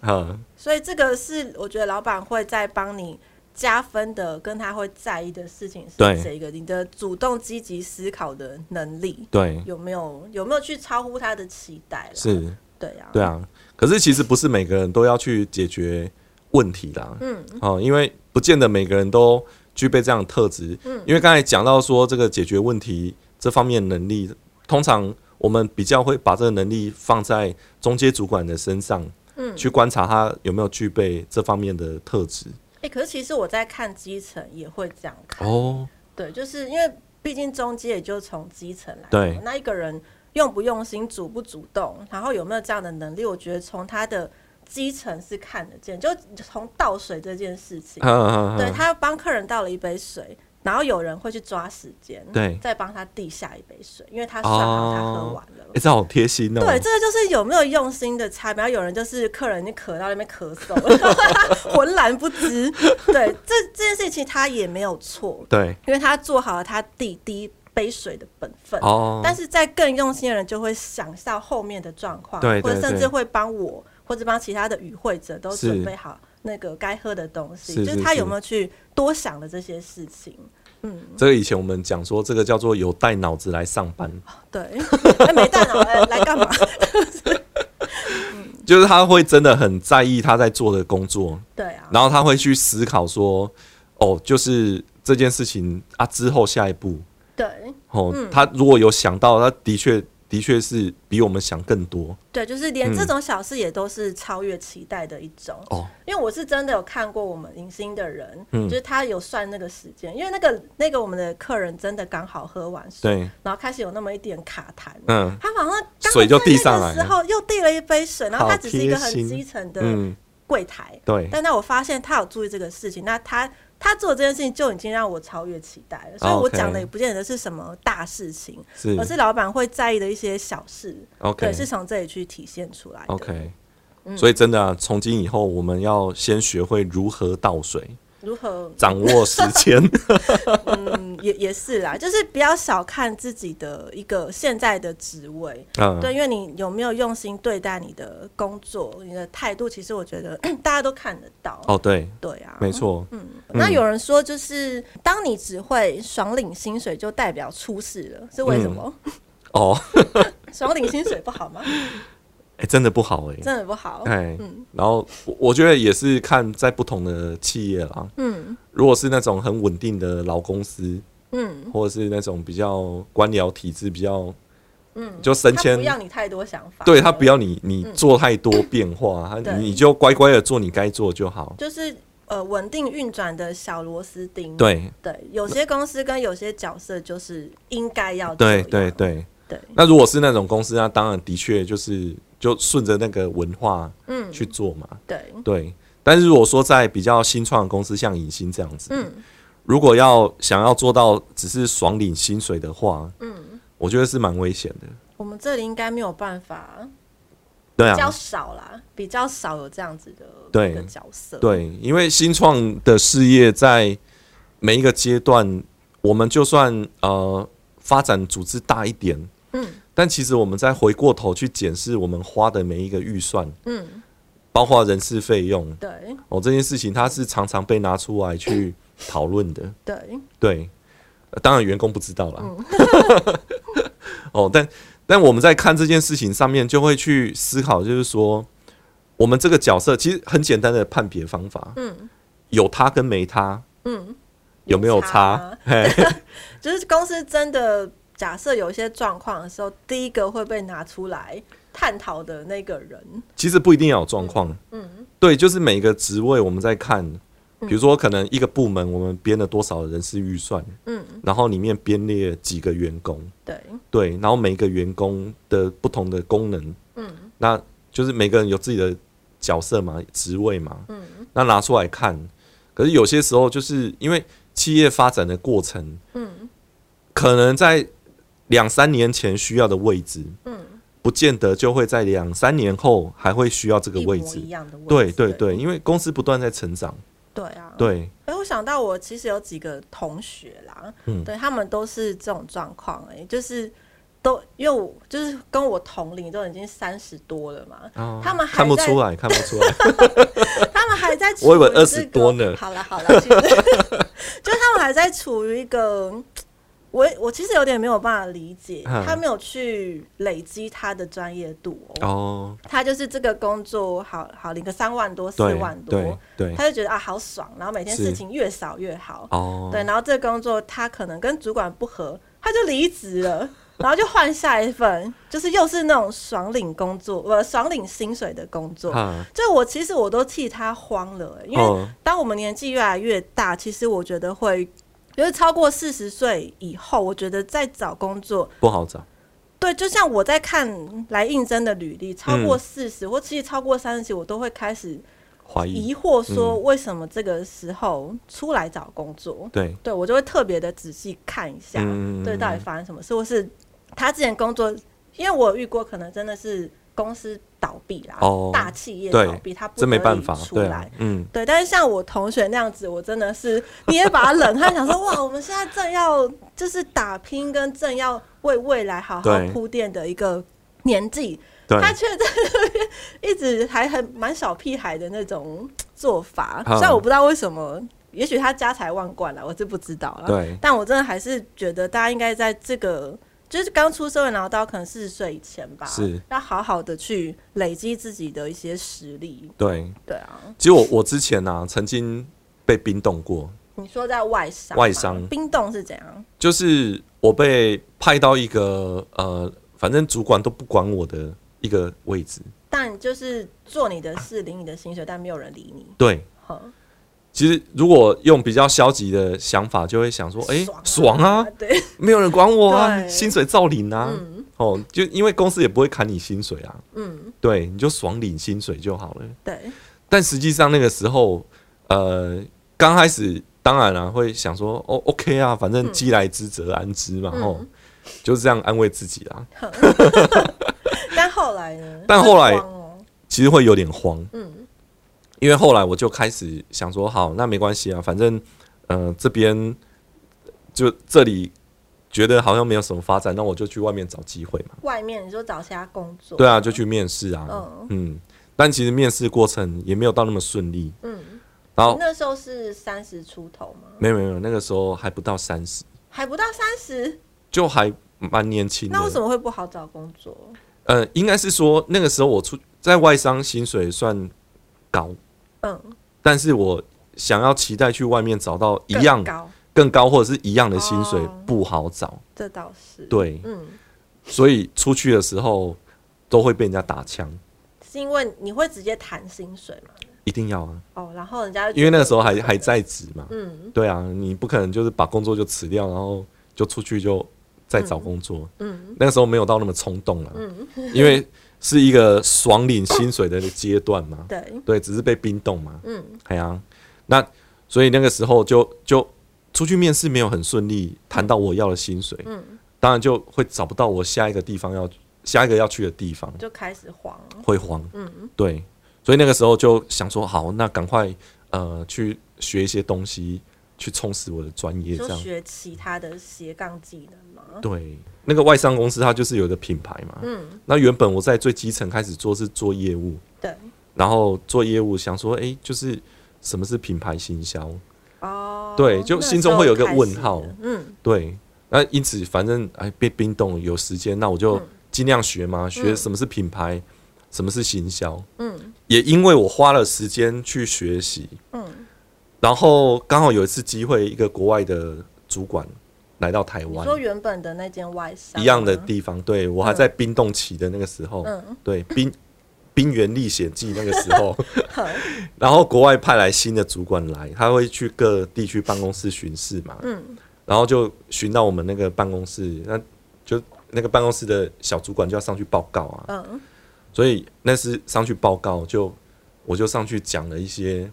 Speaker 2: 哈，
Speaker 1: 所以这个是我觉得老板会在帮你。加分的跟他会在意的事情是
Speaker 2: 对
Speaker 1: 这个，你的主动积极思考的能力
Speaker 2: 对，
Speaker 1: 有没有有没有去超乎他的期待啦？
Speaker 2: 是。
Speaker 1: 对呀、啊，
Speaker 2: 对啊，可是其实不是每个人都要去解决问题啦。嗯，哦，因为不见得每个人都具备这样的特质。嗯，因为刚才讲到说这个解决问题这方面能力，通常我们比较会把这个能力放在中阶主管的身上，嗯，去观察他有没有具备这方面的特质。
Speaker 1: 哎、可是其实我在看基层也会这样看，
Speaker 2: 哦，
Speaker 1: 对，就是因为毕竟中间也就从基层来嘛，
Speaker 2: 对
Speaker 1: 那一个人用不用心、主不主动，然后有没有这样的能力，我觉得从他的基层是看得见，就从倒水这件事情，
Speaker 2: 嗯嗯
Speaker 1: 对
Speaker 2: 嗯，
Speaker 1: 他帮客人倒了一杯水。然后有人会去抓时间，
Speaker 2: 对哦
Speaker 1: 再帮他递下一杯水，因为他算好他喝完了。
Speaker 2: 哎，这好贴心哦。
Speaker 1: 对，这个就是有没有用心的差别。然后有人就是客人就咳到那边咳嗽 了，浑然不知。对，这这件事情其实他也没有错，
Speaker 2: 对
Speaker 1: 因为他做好了他第第一杯水的本分。
Speaker 2: 哦，
Speaker 1: 但是在更用心的人就会想到后面的状况，
Speaker 2: 对
Speaker 1: 或者
Speaker 2: 对
Speaker 1: 甚至
Speaker 2: 对
Speaker 1: 会帮我或者帮其他的与会者都
Speaker 2: 是
Speaker 1: 准备好那个该喝的东西，
Speaker 2: 是
Speaker 1: 就是是他
Speaker 2: 是
Speaker 1: 有没有去多想了这些事情。
Speaker 2: 这个以前我们讲说，这个叫做有带脑子来上班。
Speaker 1: 对， 哎没带脑来来干嘛？
Speaker 2: 就是他会真的很在意他在做的工作，
Speaker 1: 对啊，
Speaker 2: 然后他会去思考说，哦，就是这件事情啊之后下一步，
Speaker 1: 对。
Speaker 2: 哦，
Speaker 1: 嗯
Speaker 2: 他如果有想到，他的确的确是比我们想更多
Speaker 1: 对，就是连这种小事也都是超越期待的一种。
Speaker 2: 嗯哦，
Speaker 1: 因为我是真的有看过我们迎新的人，
Speaker 2: 嗯
Speaker 1: 就是他有算那个时间，因为那个那个我们的客人真的刚好喝完水，
Speaker 2: 对，
Speaker 1: 然后开始有那么一点卡痰，
Speaker 2: 嗯，
Speaker 1: 他好像刚好
Speaker 2: 水就
Speaker 1: 在
Speaker 2: 递上
Speaker 1: 那
Speaker 2: 来
Speaker 1: 个
Speaker 2: 了
Speaker 1: 时候又递了一杯水，然后他
Speaker 2: 好
Speaker 1: 只是一个
Speaker 2: 贴
Speaker 1: 很
Speaker 2: 心
Speaker 1: 基层的
Speaker 2: 嗯，
Speaker 1: 柜台，
Speaker 2: 对，
Speaker 1: 但那我发现他有注意这个事情，那他他做这件事情就已经让我超越期待了，所以我
Speaker 2: 哦 OK
Speaker 1: 讲的也不见得是什么大事情，
Speaker 2: 是
Speaker 1: 而是老板会在意的一些小事。对，
Speaker 2: OK
Speaker 1: 是从这里去体现出来的。
Speaker 2: OK，所以
Speaker 1: 嗯
Speaker 2: 真的啊，从今以后我们要先学会如何倒水，
Speaker 1: 如何
Speaker 2: 掌握时 间。
Speaker 1: 嗯，也也是啦，就是不要小看自己的一个现在的职位，
Speaker 2: 嗯，
Speaker 1: 对，因为你有没有用心对待你的工作，你的态度，其实我觉得 大家都看得到。
Speaker 2: 哦，对，
Speaker 1: 对啊，
Speaker 2: 没嗯错，
Speaker 1: 那有人说，就是当你只会爽领薪水，就代表出事了，是为什么？
Speaker 2: 哦，
Speaker 1: 爽领薪水不好吗？
Speaker 2: 哎，真的不好哎，
Speaker 1: 真的不哦嗯好。
Speaker 2: 哎，然后我我觉得也是看在不同的企业啦。
Speaker 1: 嗯
Speaker 2: 如果是那种很稳定的老公司，
Speaker 1: 嗯，
Speaker 2: 或者是那种比较官僚体制比较，嗯，就升
Speaker 1: 他
Speaker 2: 迁
Speaker 1: 不，要你太多想法，
Speaker 2: 对他不要你你做太多变化，他
Speaker 1: 对
Speaker 2: 你就乖乖的做你该做就好。
Speaker 1: 就是呃稳定运转的小螺丝钉。
Speaker 2: 对
Speaker 1: 对，有些公司跟有些角色就是应该要这
Speaker 2: 对
Speaker 1: 样
Speaker 2: 对对，
Speaker 1: 对
Speaker 2: 那如果是那种公司，那当然的确就是就顺着那个文化嗯去做嘛，
Speaker 1: 对
Speaker 2: 对。但是如果说在比较新创的公司，像影星这样子，
Speaker 1: 嗯
Speaker 2: 如果要想要做到只是爽领薪水的话，嗯，我觉得是蛮危险的。
Speaker 1: 我们这里应该没有办法，
Speaker 2: 对
Speaker 1: 比较
Speaker 2: 啊，
Speaker 1: 少啦，比较少有这样子的
Speaker 2: 对
Speaker 1: 的角色。
Speaker 2: 对，因为新创的事业在每一个阶段，我们就算呃发展组织大一点，
Speaker 1: 嗯，
Speaker 2: 但其实我们再回过头去检视我们花的每一个预算，
Speaker 1: 嗯，
Speaker 2: 包括人事费用
Speaker 1: 对
Speaker 2: 哦，这件事情它是常常被拿出来去讨论的。
Speaker 1: 对，
Speaker 2: 对，呃当然员工不知道啦。
Speaker 1: 嗯
Speaker 2: 哦，但但我们在看这件事情上面，就会去思考，就是说，我们这个角色其实很简单的判别方法，
Speaker 1: 嗯，
Speaker 2: 有他跟没他，
Speaker 1: 嗯，
Speaker 2: 有没有差
Speaker 1: 差？
Speaker 2: 嘿，
Speaker 1: 就是公司真的假设有一些状况的时候，第一个会被拿出来探讨的那个人，
Speaker 2: 其实不一定要有状况。
Speaker 1: 嗯
Speaker 2: 对，就是每个职位我们在看，比如说可能一个部门我们编了多少的人事预算，
Speaker 1: 嗯，
Speaker 2: 然后里面编列几个员工，
Speaker 1: 对，
Speaker 2: 对，然后每一个员工的不同的功能，
Speaker 1: 嗯
Speaker 2: 那就是每个人有自己的角色嘛、职位嘛，
Speaker 1: 嗯
Speaker 2: 那拿出来看。可是有些时候，就是因为企业发展的过程，
Speaker 1: 嗯
Speaker 2: 可能在两三年前需要的位置，
Speaker 1: 嗯，
Speaker 2: 不见得就会在两三年后还会需要这个
Speaker 1: 一模
Speaker 2: 位置
Speaker 1: 一。样的位置，
Speaker 2: 对对对，因为公司不断在成长，
Speaker 1: 对啊，
Speaker 2: 对，
Speaker 1: 哎、我想到我其实有几个同学啦，
Speaker 2: 嗯
Speaker 1: 对他们都是这种状况，哎，就是都因为我就是跟我同龄，都已经三十多了嘛，
Speaker 2: 哦
Speaker 1: 他们还
Speaker 2: 看不
Speaker 1: 在
Speaker 2: 出来，看不出来，
Speaker 1: 他们还在处于、这
Speaker 2: 我以为
Speaker 1: 个
Speaker 2: 20多呢
Speaker 1: 好了好了，其实 就是他们还在处于一个，我我其实有点没有办法理解，
Speaker 2: 嗯
Speaker 1: 他没有去累积他的专业度、哦，
Speaker 2: 哦，
Speaker 1: 他就是这个工作好好领个三万多 四
Speaker 2: 对
Speaker 1: 万多
Speaker 2: 对，对，
Speaker 1: 他就觉得啊好爽，然后每天
Speaker 2: 是
Speaker 1: 事情越少越好。
Speaker 2: 哦，
Speaker 1: 对，然后这个工作他可能跟主管不合，他就离职了，然后就换下一份，就是又是那种爽领工作，呃，爽领薪水的工作。
Speaker 2: 啊，
Speaker 1: 就我其实我都替他慌了、欸因为
Speaker 2: 哦，
Speaker 1: 当我们年纪越来越大，其实我觉得会，就是超过四十岁以后，我觉得在找工作，
Speaker 2: 不好找，
Speaker 1: 对，就像我在看来应征的履历，超过
Speaker 2: 嗯
Speaker 1: 四十、或其实超过三十几，我都会开始
Speaker 2: 怀疑，嗯
Speaker 1: 疑惑说，为什么这个时候出来找工作？
Speaker 2: 对，
Speaker 1: 对我就会特别的仔细看一下，
Speaker 2: 嗯
Speaker 1: 对，到底发生什么事，或是他之前工作，因为我有遇过，可能真的是公司倒闭啦，
Speaker 2: 哦
Speaker 1: 大企业
Speaker 2: 对
Speaker 1: 倒闭，他不
Speaker 2: 这没
Speaker 1: 得
Speaker 2: 办
Speaker 1: 已
Speaker 2: 法，
Speaker 1: 出
Speaker 2: 对啊
Speaker 1: 来。，
Speaker 2: 嗯，
Speaker 1: 对，但是像我同学那样子，我真的是捏把冷汗，想说哇，我们现在正要就是打拼，跟正要为未来好好
Speaker 2: 对
Speaker 1: 铺垫的一个年纪，
Speaker 2: 对，
Speaker 1: 他却在那边一直还很蛮小屁孩的那种做法，
Speaker 2: 嗯
Speaker 1: 虽然我不知道为什么，也许他家财万贯了，我是不知道了。
Speaker 2: 对，
Speaker 1: 但我真的还是觉得大家应该在这个就是刚出社会，然后到可能四十岁以前吧，
Speaker 2: 是
Speaker 1: 要好好的去累积自己的一些实力。
Speaker 2: 对。
Speaker 1: 对啊，
Speaker 2: 其实我我之前啊，曾经被冰冻过，
Speaker 1: 你说在外商吗，
Speaker 2: 外商
Speaker 1: 冰冻是怎样？
Speaker 2: 就是我被派到一个呃，反正主管都不管我的一个位置。
Speaker 1: 但就是做你的事，领你的薪水，但没有人理你。
Speaker 2: 对，
Speaker 1: 哼
Speaker 2: 其实如果用比较消极的想法，就会想说，哎、爽
Speaker 1: 啊
Speaker 2: 啊，！
Speaker 1: 对，
Speaker 2: 没有人管我啊，
Speaker 1: 对
Speaker 2: 薪水照领啊。
Speaker 1: 嗯
Speaker 2: 哦，就因为公司也不会砍你薪水啊，
Speaker 1: 嗯，
Speaker 2: 对，你就爽领薪水就好了。
Speaker 1: 对，
Speaker 2: 但实际上那个时候，呃，刚开始当然啊会想说，哦，OK 啊，反正既来之则安之嘛，
Speaker 1: 嗯
Speaker 2: 吼、就是这样安慰自己啊。
Speaker 1: 但后来呢？
Speaker 2: 但后来
Speaker 1: 会慌哦
Speaker 2: 其实会有点慌，
Speaker 1: 嗯
Speaker 2: 因为后来我就开始想说，好，那没关系啊，反正呃这边就这里觉得好像没有什么发展，那我就去外面找机会嘛。，
Speaker 1: 外面你说找其他工作，
Speaker 2: 对啊，就去面试啊，
Speaker 1: 嗯
Speaker 2: 嗯，但其实面试过程也没有到那么顺利，
Speaker 1: 嗯，
Speaker 2: 然
Speaker 1: 你
Speaker 2: 后
Speaker 1: 那时候是三十出头吗？
Speaker 2: 没有没有，那个时候还不到三十，
Speaker 1: 还不到三十，
Speaker 2: 就还蛮年轻的。
Speaker 1: 那为什么会不好找工作？
Speaker 2: 呃，应该是说那个时候我出在外商薪水算高，
Speaker 1: 嗯，
Speaker 2: 但是我想要期待去外面找到一
Speaker 1: 更
Speaker 2: 样
Speaker 1: 高，
Speaker 2: 更高或者是一样的薪水
Speaker 1: 哦
Speaker 2: 不好找，
Speaker 1: 这倒是，
Speaker 2: 对，
Speaker 1: 嗯，
Speaker 2: 所以出去的时候都会被人家打枪，
Speaker 1: 是因为你会直接谈薪水嘛？
Speaker 2: 一定要啊，
Speaker 1: 哦，然后人家就
Speaker 2: 因为那个时候还
Speaker 1: 觉得
Speaker 2: 还，在职嘛，
Speaker 1: 嗯
Speaker 2: 对啊，你不可能就是把工作就辞掉，然后就出去就再找工作，
Speaker 1: 嗯
Speaker 2: 那个时候没有到那么冲动了，
Speaker 1: 嗯，
Speaker 2: 因为是一个爽领薪水的阶段嘛，
Speaker 1: 对，
Speaker 2: 对，只是被冰冻嘛，
Speaker 1: 嗯
Speaker 2: 哎呀，那所以那个时候就就出去面试没有很顺利，谈到我要的薪水，
Speaker 1: 嗯，
Speaker 2: 当然就会找不到我下一个地方要下一个要去的地方，
Speaker 1: 就开始慌，
Speaker 2: 会慌。
Speaker 1: 嗯
Speaker 2: 对，所以那个时候就想说，好，那赶快呃去学一些东西，去充实我的专业，这
Speaker 1: 就
Speaker 2: 样
Speaker 1: 学其他的斜杠技能吗？
Speaker 2: 对。那个外商公司它就是有一个品牌嘛，
Speaker 1: 嗯，
Speaker 2: 那原本我在最基层开始做是做业务，
Speaker 1: 对，
Speaker 2: 然后做业务想说，诶，就是什么是品牌行销？
Speaker 1: 哦，
Speaker 2: 对就
Speaker 1: 那
Speaker 2: 心中
Speaker 1: 时候
Speaker 2: 会有一个
Speaker 1: 开始
Speaker 2: 问号
Speaker 1: 了嗯，
Speaker 2: 对，那因此反正哎被冰冻有时间，那我就
Speaker 1: 嗯
Speaker 2: 尽量学嘛，学什么是品牌，什么是行销。
Speaker 1: 嗯，
Speaker 2: 也因为我花了时间去学习，
Speaker 1: 嗯，
Speaker 2: 然后刚好有一次机会，一个国外的主管来到台
Speaker 1: 你
Speaker 2: 湾，
Speaker 1: 说原本的那间外商
Speaker 2: 一样的
Speaker 1: 吗
Speaker 2: 地方，对我还在冰冻期的那个时候，
Speaker 1: 嗯
Speaker 2: 对 冰。冰原历险记那个时 候，然后国外派来新的主管来，他会去各地区办公室巡视嘛，
Speaker 1: 嗯
Speaker 2: 然后就巡到我们那个办公室，那就那个办公室的小主管就要上去报告啊，
Speaker 1: 嗯
Speaker 2: 所以那是上去报告就我就上去讲了一些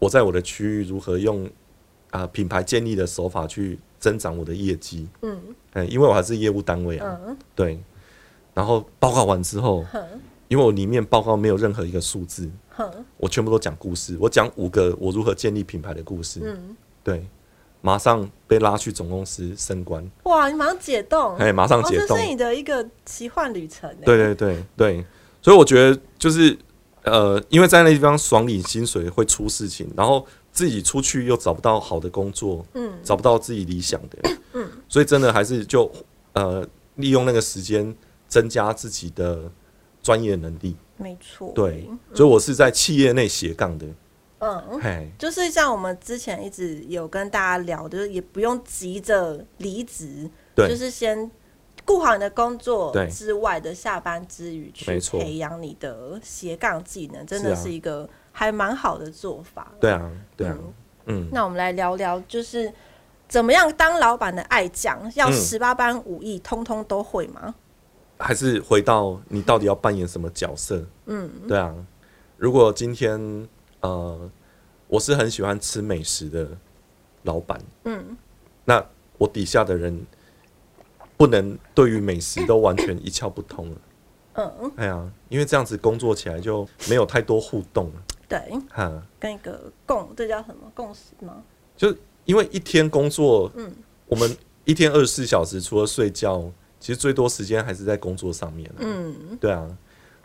Speaker 2: 我在我的区域如何用啊、品牌建立的手法去增长我的业绩，
Speaker 1: 嗯
Speaker 2: 嗯，因为我还是业务单位啊，
Speaker 1: 嗯
Speaker 2: 对，然后报告完之后，
Speaker 1: 哼
Speaker 2: 因为我里面报告没有任何一个数字，
Speaker 1: 哼
Speaker 2: 我全部都讲故事，我讲五个我如何建立品牌的故事，
Speaker 1: 嗯，
Speaker 2: 对，马上被拉去总公司升官。
Speaker 1: 哇，你马上解冻，
Speaker 2: 哎，马上解
Speaker 1: 哦，这
Speaker 2: 冻。
Speaker 1: 是你的一个奇幻旅程欸，
Speaker 2: 对对对对，所以我觉得就是呃，因为在那地方爽领薪水会出事情，然后自己出去又找不到好的工作，
Speaker 1: 嗯
Speaker 2: 找不到自己理想的，所以真的还是就呃利用那个时间增加自己的专业能力。
Speaker 1: 没错，
Speaker 2: 对，所以我是在企业内斜杠的，
Speaker 1: 嗯。
Speaker 2: 嘿，
Speaker 1: 就是像我们之前一直有跟大家聊，就是也不用急着离职，
Speaker 2: 对
Speaker 1: 就是先顾好你的工作
Speaker 2: 对
Speaker 1: 之外的下班之余去
Speaker 2: 没错
Speaker 1: 培养你的斜杠技能，真
Speaker 2: 是
Speaker 1: 的
Speaker 2: 啊
Speaker 1: 是一个还蛮好的做法。
Speaker 2: 对啊，对啊，
Speaker 1: 嗯
Speaker 2: 嗯，
Speaker 1: 那我们来聊聊，就是怎么样当老板的爱将，要
Speaker 2: 嗯
Speaker 1: 十八般武艺通通都会吗？
Speaker 2: 还是回到你到底要扮演什么角色？
Speaker 1: 嗯
Speaker 2: 对啊，如果今天呃，我是很喜欢吃美食的老板，
Speaker 1: 嗯，
Speaker 2: 那我底下的人不能对于美食都完全一窍不通了。
Speaker 1: 嗯，
Speaker 2: 哎呀，因为这样子工作起来就没有太多互动了
Speaker 1: 对，
Speaker 2: 哈。
Speaker 1: 跟一个共，这叫什么共识吗？
Speaker 2: 就因为一天工作，
Speaker 1: 嗯
Speaker 2: 我们一天二十四小时，除了睡觉，其实最多时间还是在工作上面、啊。
Speaker 1: 嗯
Speaker 2: 对啊，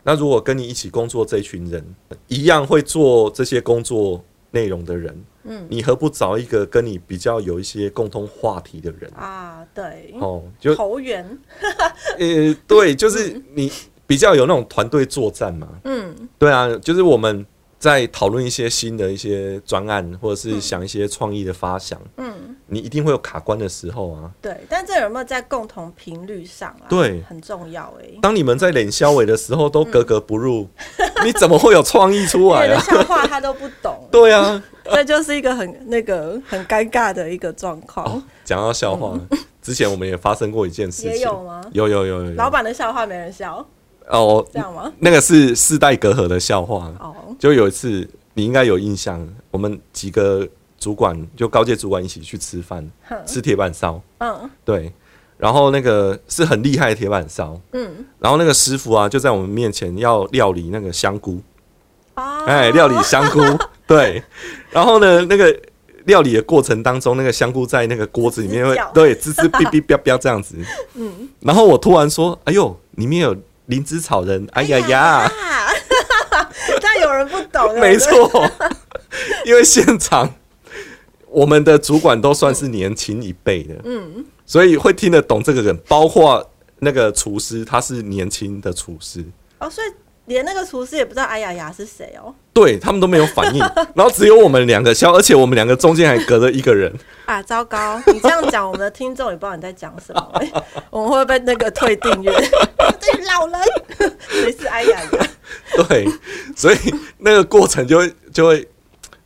Speaker 2: 那如果跟你一起工作这一群人，一样会做这些工作内容的人，
Speaker 1: 嗯
Speaker 2: 你何不找一个跟你比较有一些共通话题的人？
Speaker 1: 啊，对，
Speaker 2: 哦，就
Speaker 1: 投缘，
Speaker 2: 呃，对，就是你比较有那种团队作战嘛。
Speaker 1: 嗯
Speaker 2: 对啊，就是我们在讨论一些新的一些专案，或者是想一些创意的发想，
Speaker 1: 嗯，
Speaker 2: 你一定会有卡关的时候啊。
Speaker 1: 对。但这有没有在共同频率上啊？
Speaker 2: 对
Speaker 1: 很重要哎、欸。
Speaker 2: 当你们在脸消委的时候都格格不 入，你怎么会有创意出来
Speaker 1: 有的
Speaker 2: 啊？，
Speaker 1: 笑话他都不懂
Speaker 2: 对啊，
Speaker 1: 这就是一个很那个很尴尬的一个状况。
Speaker 2: 讲到笑话，之前我们也发生过一件事
Speaker 1: 嗯
Speaker 2: 情，
Speaker 1: 也有吗
Speaker 2: 有有有有有
Speaker 1: 老板的笑话没人笑，
Speaker 2: 哦
Speaker 1: 这，样吗？
Speaker 2: 那个是世代隔阂的笑话。
Speaker 1: 哦，
Speaker 2: 就有一次，你应该有印象，我们几个主管就高阶主管一起去吃饭，
Speaker 1: 哼
Speaker 2: 吃铁板烧，
Speaker 1: 嗯
Speaker 2: 对，然后那个是很厉害的铁板烧，
Speaker 1: 嗯，
Speaker 2: 然后那个师傅啊就在我们面前要料理那个香菇，
Speaker 1: 啊，
Speaker 2: 哎，料理香 菇，对，然后呢，那个料理的过程当中，那个香菇在那个锅子里面
Speaker 1: 吱吱
Speaker 2: 会
Speaker 1: 叫
Speaker 2: 对滋滋哔哔哔哔这样子， 嗯，然后我突然说，哎呦，里面有灵芝草人，哎呀呀，
Speaker 1: 啊， 但有人不懂，
Speaker 2: 没，错，因为现场我们的主管都算是年轻一辈的，
Speaker 1: 嗯，
Speaker 2: 所以会听得懂这个梗，包括那个厨师，他是年轻的厨师。
Speaker 1: 哦，所以连那个厨师也不知道哎呀呀是谁哦，
Speaker 2: 对他们都没有反应， 然后只有我们两个笑，而且我们两个中间还隔着一个人，
Speaker 1: 啊，糟糕，你这样讲，我们的听众也不知道你在讲什 么、哎我们会被那个退订阅，这群老人 谁是哎呀呀？
Speaker 2: 对，所以那个过程就会就会，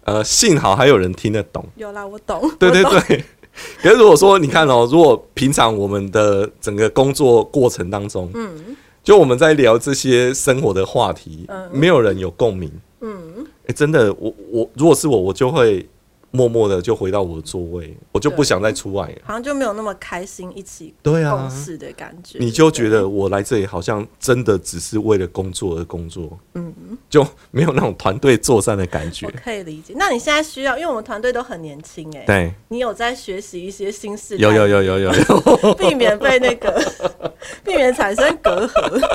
Speaker 2: 呃，幸好还有人听得懂，
Speaker 1: 有啦，我懂，
Speaker 2: 对对
Speaker 1: 我懂，
Speaker 2: 对。 可是如果说你看哦，如果平常我们的整个工作过程当中，
Speaker 1: 嗯
Speaker 2: 就我们在聊这些生活的话题，
Speaker 1: 嗯
Speaker 2: 没有人有共鸣，
Speaker 1: 嗯
Speaker 2: 哎、真的，我我如果是我，我就会默默的就回到我的座位，我就不想再出来了。
Speaker 1: 好像就没有那么开心一起
Speaker 2: 对
Speaker 1: 共
Speaker 2: 啊，
Speaker 1: 事的感觉。
Speaker 2: 你就觉
Speaker 1: 对
Speaker 2: 得我来这里好像真的只是为了工作而工作，嗯，就没有那种团队作战的感觉
Speaker 1: 我。可以理解。那你现在需要，因为我们团队都很年轻哎、
Speaker 2: 对，
Speaker 1: 你有在学习一些新事，
Speaker 2: 有有，有有有 有，
Speaker 1: 避免被那个， 避免产生隔阂，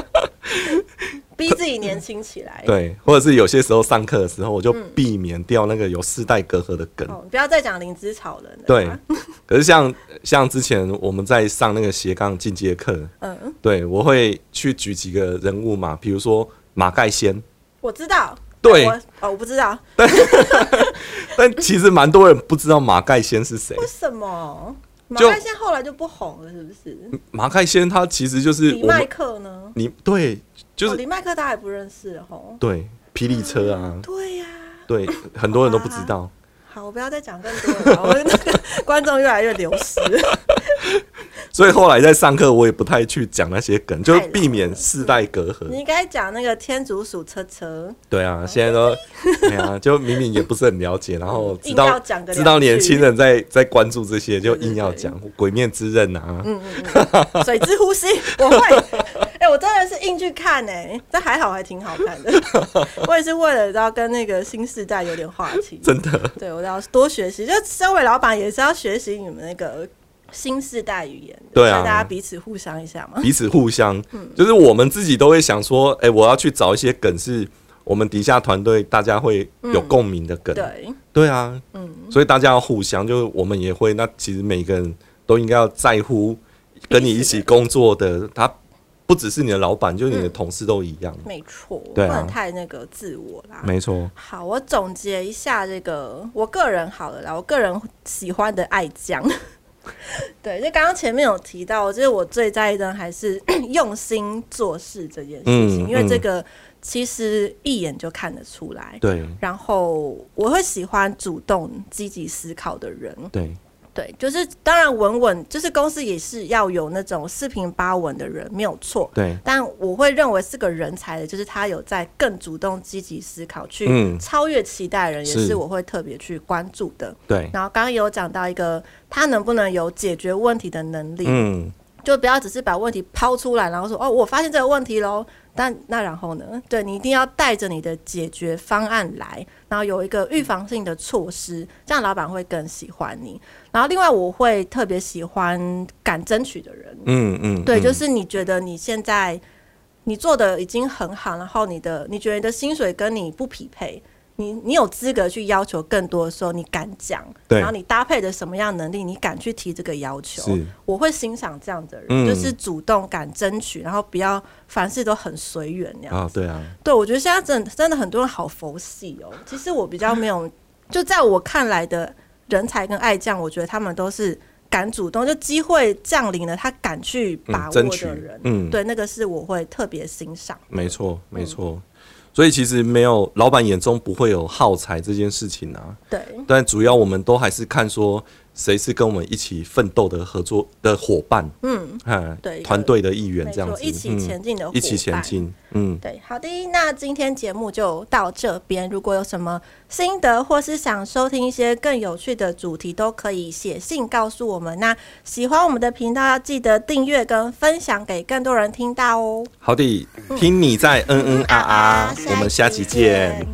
Speaker 1: 逼自己年轻起来。
Speaker 2: 对，或者是有些时候上课的时候，我就
Speaker 1: 嗯
Speaker 2: 避免掉那个有世代隔阂的梗。
Speaker 1: 哦，不要再讲灵芝草人了。
Speaker 2: 对， 可是像像之前我们在上那个斜杠进阶课，
Speaker 1: 嗯，
Speaker 2: 对我会去举几个人物嘛，比如说马盖先，
Speaker 1: 我知道。
Speaker 2: 对
Speaker 1: 我哦，我不知道
Speaker 2: 但其实蛮多人不知道马盖先是谁。
Speaker 1: 为什么马
Speaker 2: 就
Speaker 1: 来西亚后来就不红了，是不是？
Speaker 2: 马盖先他其实就是
Speaker 1: 李
Speaker 2: 我
Speaker 1: 麦
Speaker 2: 们，
Speaker 1: 克呢？
Speaker 2: 你对，就
Speaker 1: 哦、
Speaker 2: 是
Speaker 1: 李麦克大家也不认识哦。
Speaker 2: 对霹雳车啊，
Speaker 1: 对呀、
Speaker 2: 对，很多人都不知道。
Speaker 1: 好，我不要再讲更多了，我们那个观众越来越流 失。
Speaker 2: 所以后来在上课，我也不太去讲那些梗，就
Speaker 1: 太
Speaker 2: 是
Speaker 1: 老
Speaker 2: 避免世代隔
Speaker 1: 你
Speaker 2: 阂。
Speaker 1: 应该讲那个天竺鼠车车，
Speaker 2: 对啊，现在都， 对啊，就明明也不是很了解，然后
Speaker 1: 嗯
Speaker 2: 知
Speaker 1: 硬要
Speaker 2: 道
Speaker 1: 讲个两句
Speaker 2: 知道年轻人在在关注这些，就
Speaker 1: 对对嗯
Speaker 2: 硬要
Speaker 1: 对
Speaker 2: 讲《鬼面之刃》啊，
Speaker 1: 水之呼吸，我会。 哎、我真的是硬去看哎、这还好，还挺好看 的。我也是为了要跟那个新世代有点话题，
Speaker 2: 真的，
Speaker 1: 对我要多学习。就身为老板，也是要学习你们那个新世代语言的，
Speaker 2: 对啊
Speaker 1: 所以大家彼此互相一下嘛。
Speaker 2: 彼此互相，
Speaker 1: 嗯
Speaker 2: 就是我们自己都会想说，哎、我要去找一些梗是我们底下团队大家会有共鸣的梗，
Speaker 1: 对，嗯
Speaker 2: 对啊，所以大家要互相，就是我们也会，那其实每个人都应该要在乎跟你一起工作的，他不只是你的老板，就
Speaker 1: 嗯
Speaker 2: 是你的同事都一样，
Speaker 1: 没错，
Speaker 2: 对啊
Speaker 1: 不能太那个自我啦。
Speaker 2: 没错，
Speaker 1: 好，我总结一下这个我个人好了啦，我个人喜欢的爱 酱。对，就刚刚前面有提到，就是我最在意的还是 用心做事这件事情，
Speaker 2: 嗯
Speaker 1: 因为这
Speaker 2: 嗯
Speaker 1: 个其实一眼就看得出来。
Speaker 2: 对
Speaker 1: 然后我会喜欢主动、积极思考的人。
Speaker 2: 对
Speaker 1: 对，就是当然稳稳，就是公司也是要有那种四平八稳的人，没有错。
Speaker 2: 对，
Speaker 1: 但我会认为是个人才的，就是他有在更主动、积极思考，去
Speaker 2: 嗯
Speaker 1: 超越期待的人，也
Speaker 2: 是
Speaker 1: 是我会特别去关注的。
Speaker 2: 对，
Speaker 1: 然后刚刚有讲到一个，他能不能有解决问题的能力，
Speaker 2: 嗯，
Speaker 1: 就不要只是把问题抛出来，然后说哦，我发现这个问题喽。但那然后呢？对你一定要带着你的解决方案来，然后有一个预防性的措施，这样老板会更喜欢你。然后另外，我会特别喜欢敢争取的人，
Speaker 2: 嗯嗯，
Speaker 1: 对，就
Speaker 2: 嗯
Speaker 1: 是你觉得你现在你做的已经很好，然后你的你觉得你的薪水跟你不匹配，你你有资格去要求更多的时候，你敢讲，
Speaker 2: 对
Speaker 1: 然后你搭配的什么样能力，你敢去提这个要求，
Speaker 2: 是
Speaker 1: 我会欣赏这样的人，
Speaker 2: 嗯
Speaker 1: 就是主动敢争取，然后不要凡事都很随缘那样。
Speaker 2: 啊，对啊，
Speaker 1: 对，我觉得现在真的真的很多人好佛系哦。其实我比较没有，就在我看来的人才跟爱将，我觉得他们都是敢主动，就机会降临了，他敢去把
Speaker 2: 嗯，
Speaker 1: 握
Speaker 2: 争取
Speaker 1: 的人，，
Speaker 2: 嗯，
Speaker 1: 对，那个是我会特别欣赏。
Speaker 2: 没错，
Speaker 1: 嗯
Speaker 2: 没错。所以其实没有老板眼中不会有耗材这件事情啊，
Speaker 1: 对，
Speaker 2: 但主要我们都还是看说谁是跟我们一起奋斗的合作的伙伴，
Speaker 1: 嗯，
Speaker 2: 嗯
Speaker 1: 对一个
Speaker 2: 团队的一员
Speaker 1: 没
Speaker 2: 这样
Speaker 1: 错，
Speaker 2: 子，
Speaker 1: 一起
Speaker 2: 嗯
Speaker 1: 前进的伙伴，
Speaker 2: 一起前进，嗯，
Speaker 1: 对，好的，那今天节目就到这边。如果有什么心得，或是想收听一些更有趣的主题，都可以写信告诉我们。那喜欢我们的频道，要记得订阅跟分享给更多人听到哦。
Speaker 2: 好的，嗯啊
Speaker 1: 嗯
Speaker 2: 听你在嗯嗯啊啊，我们下期见。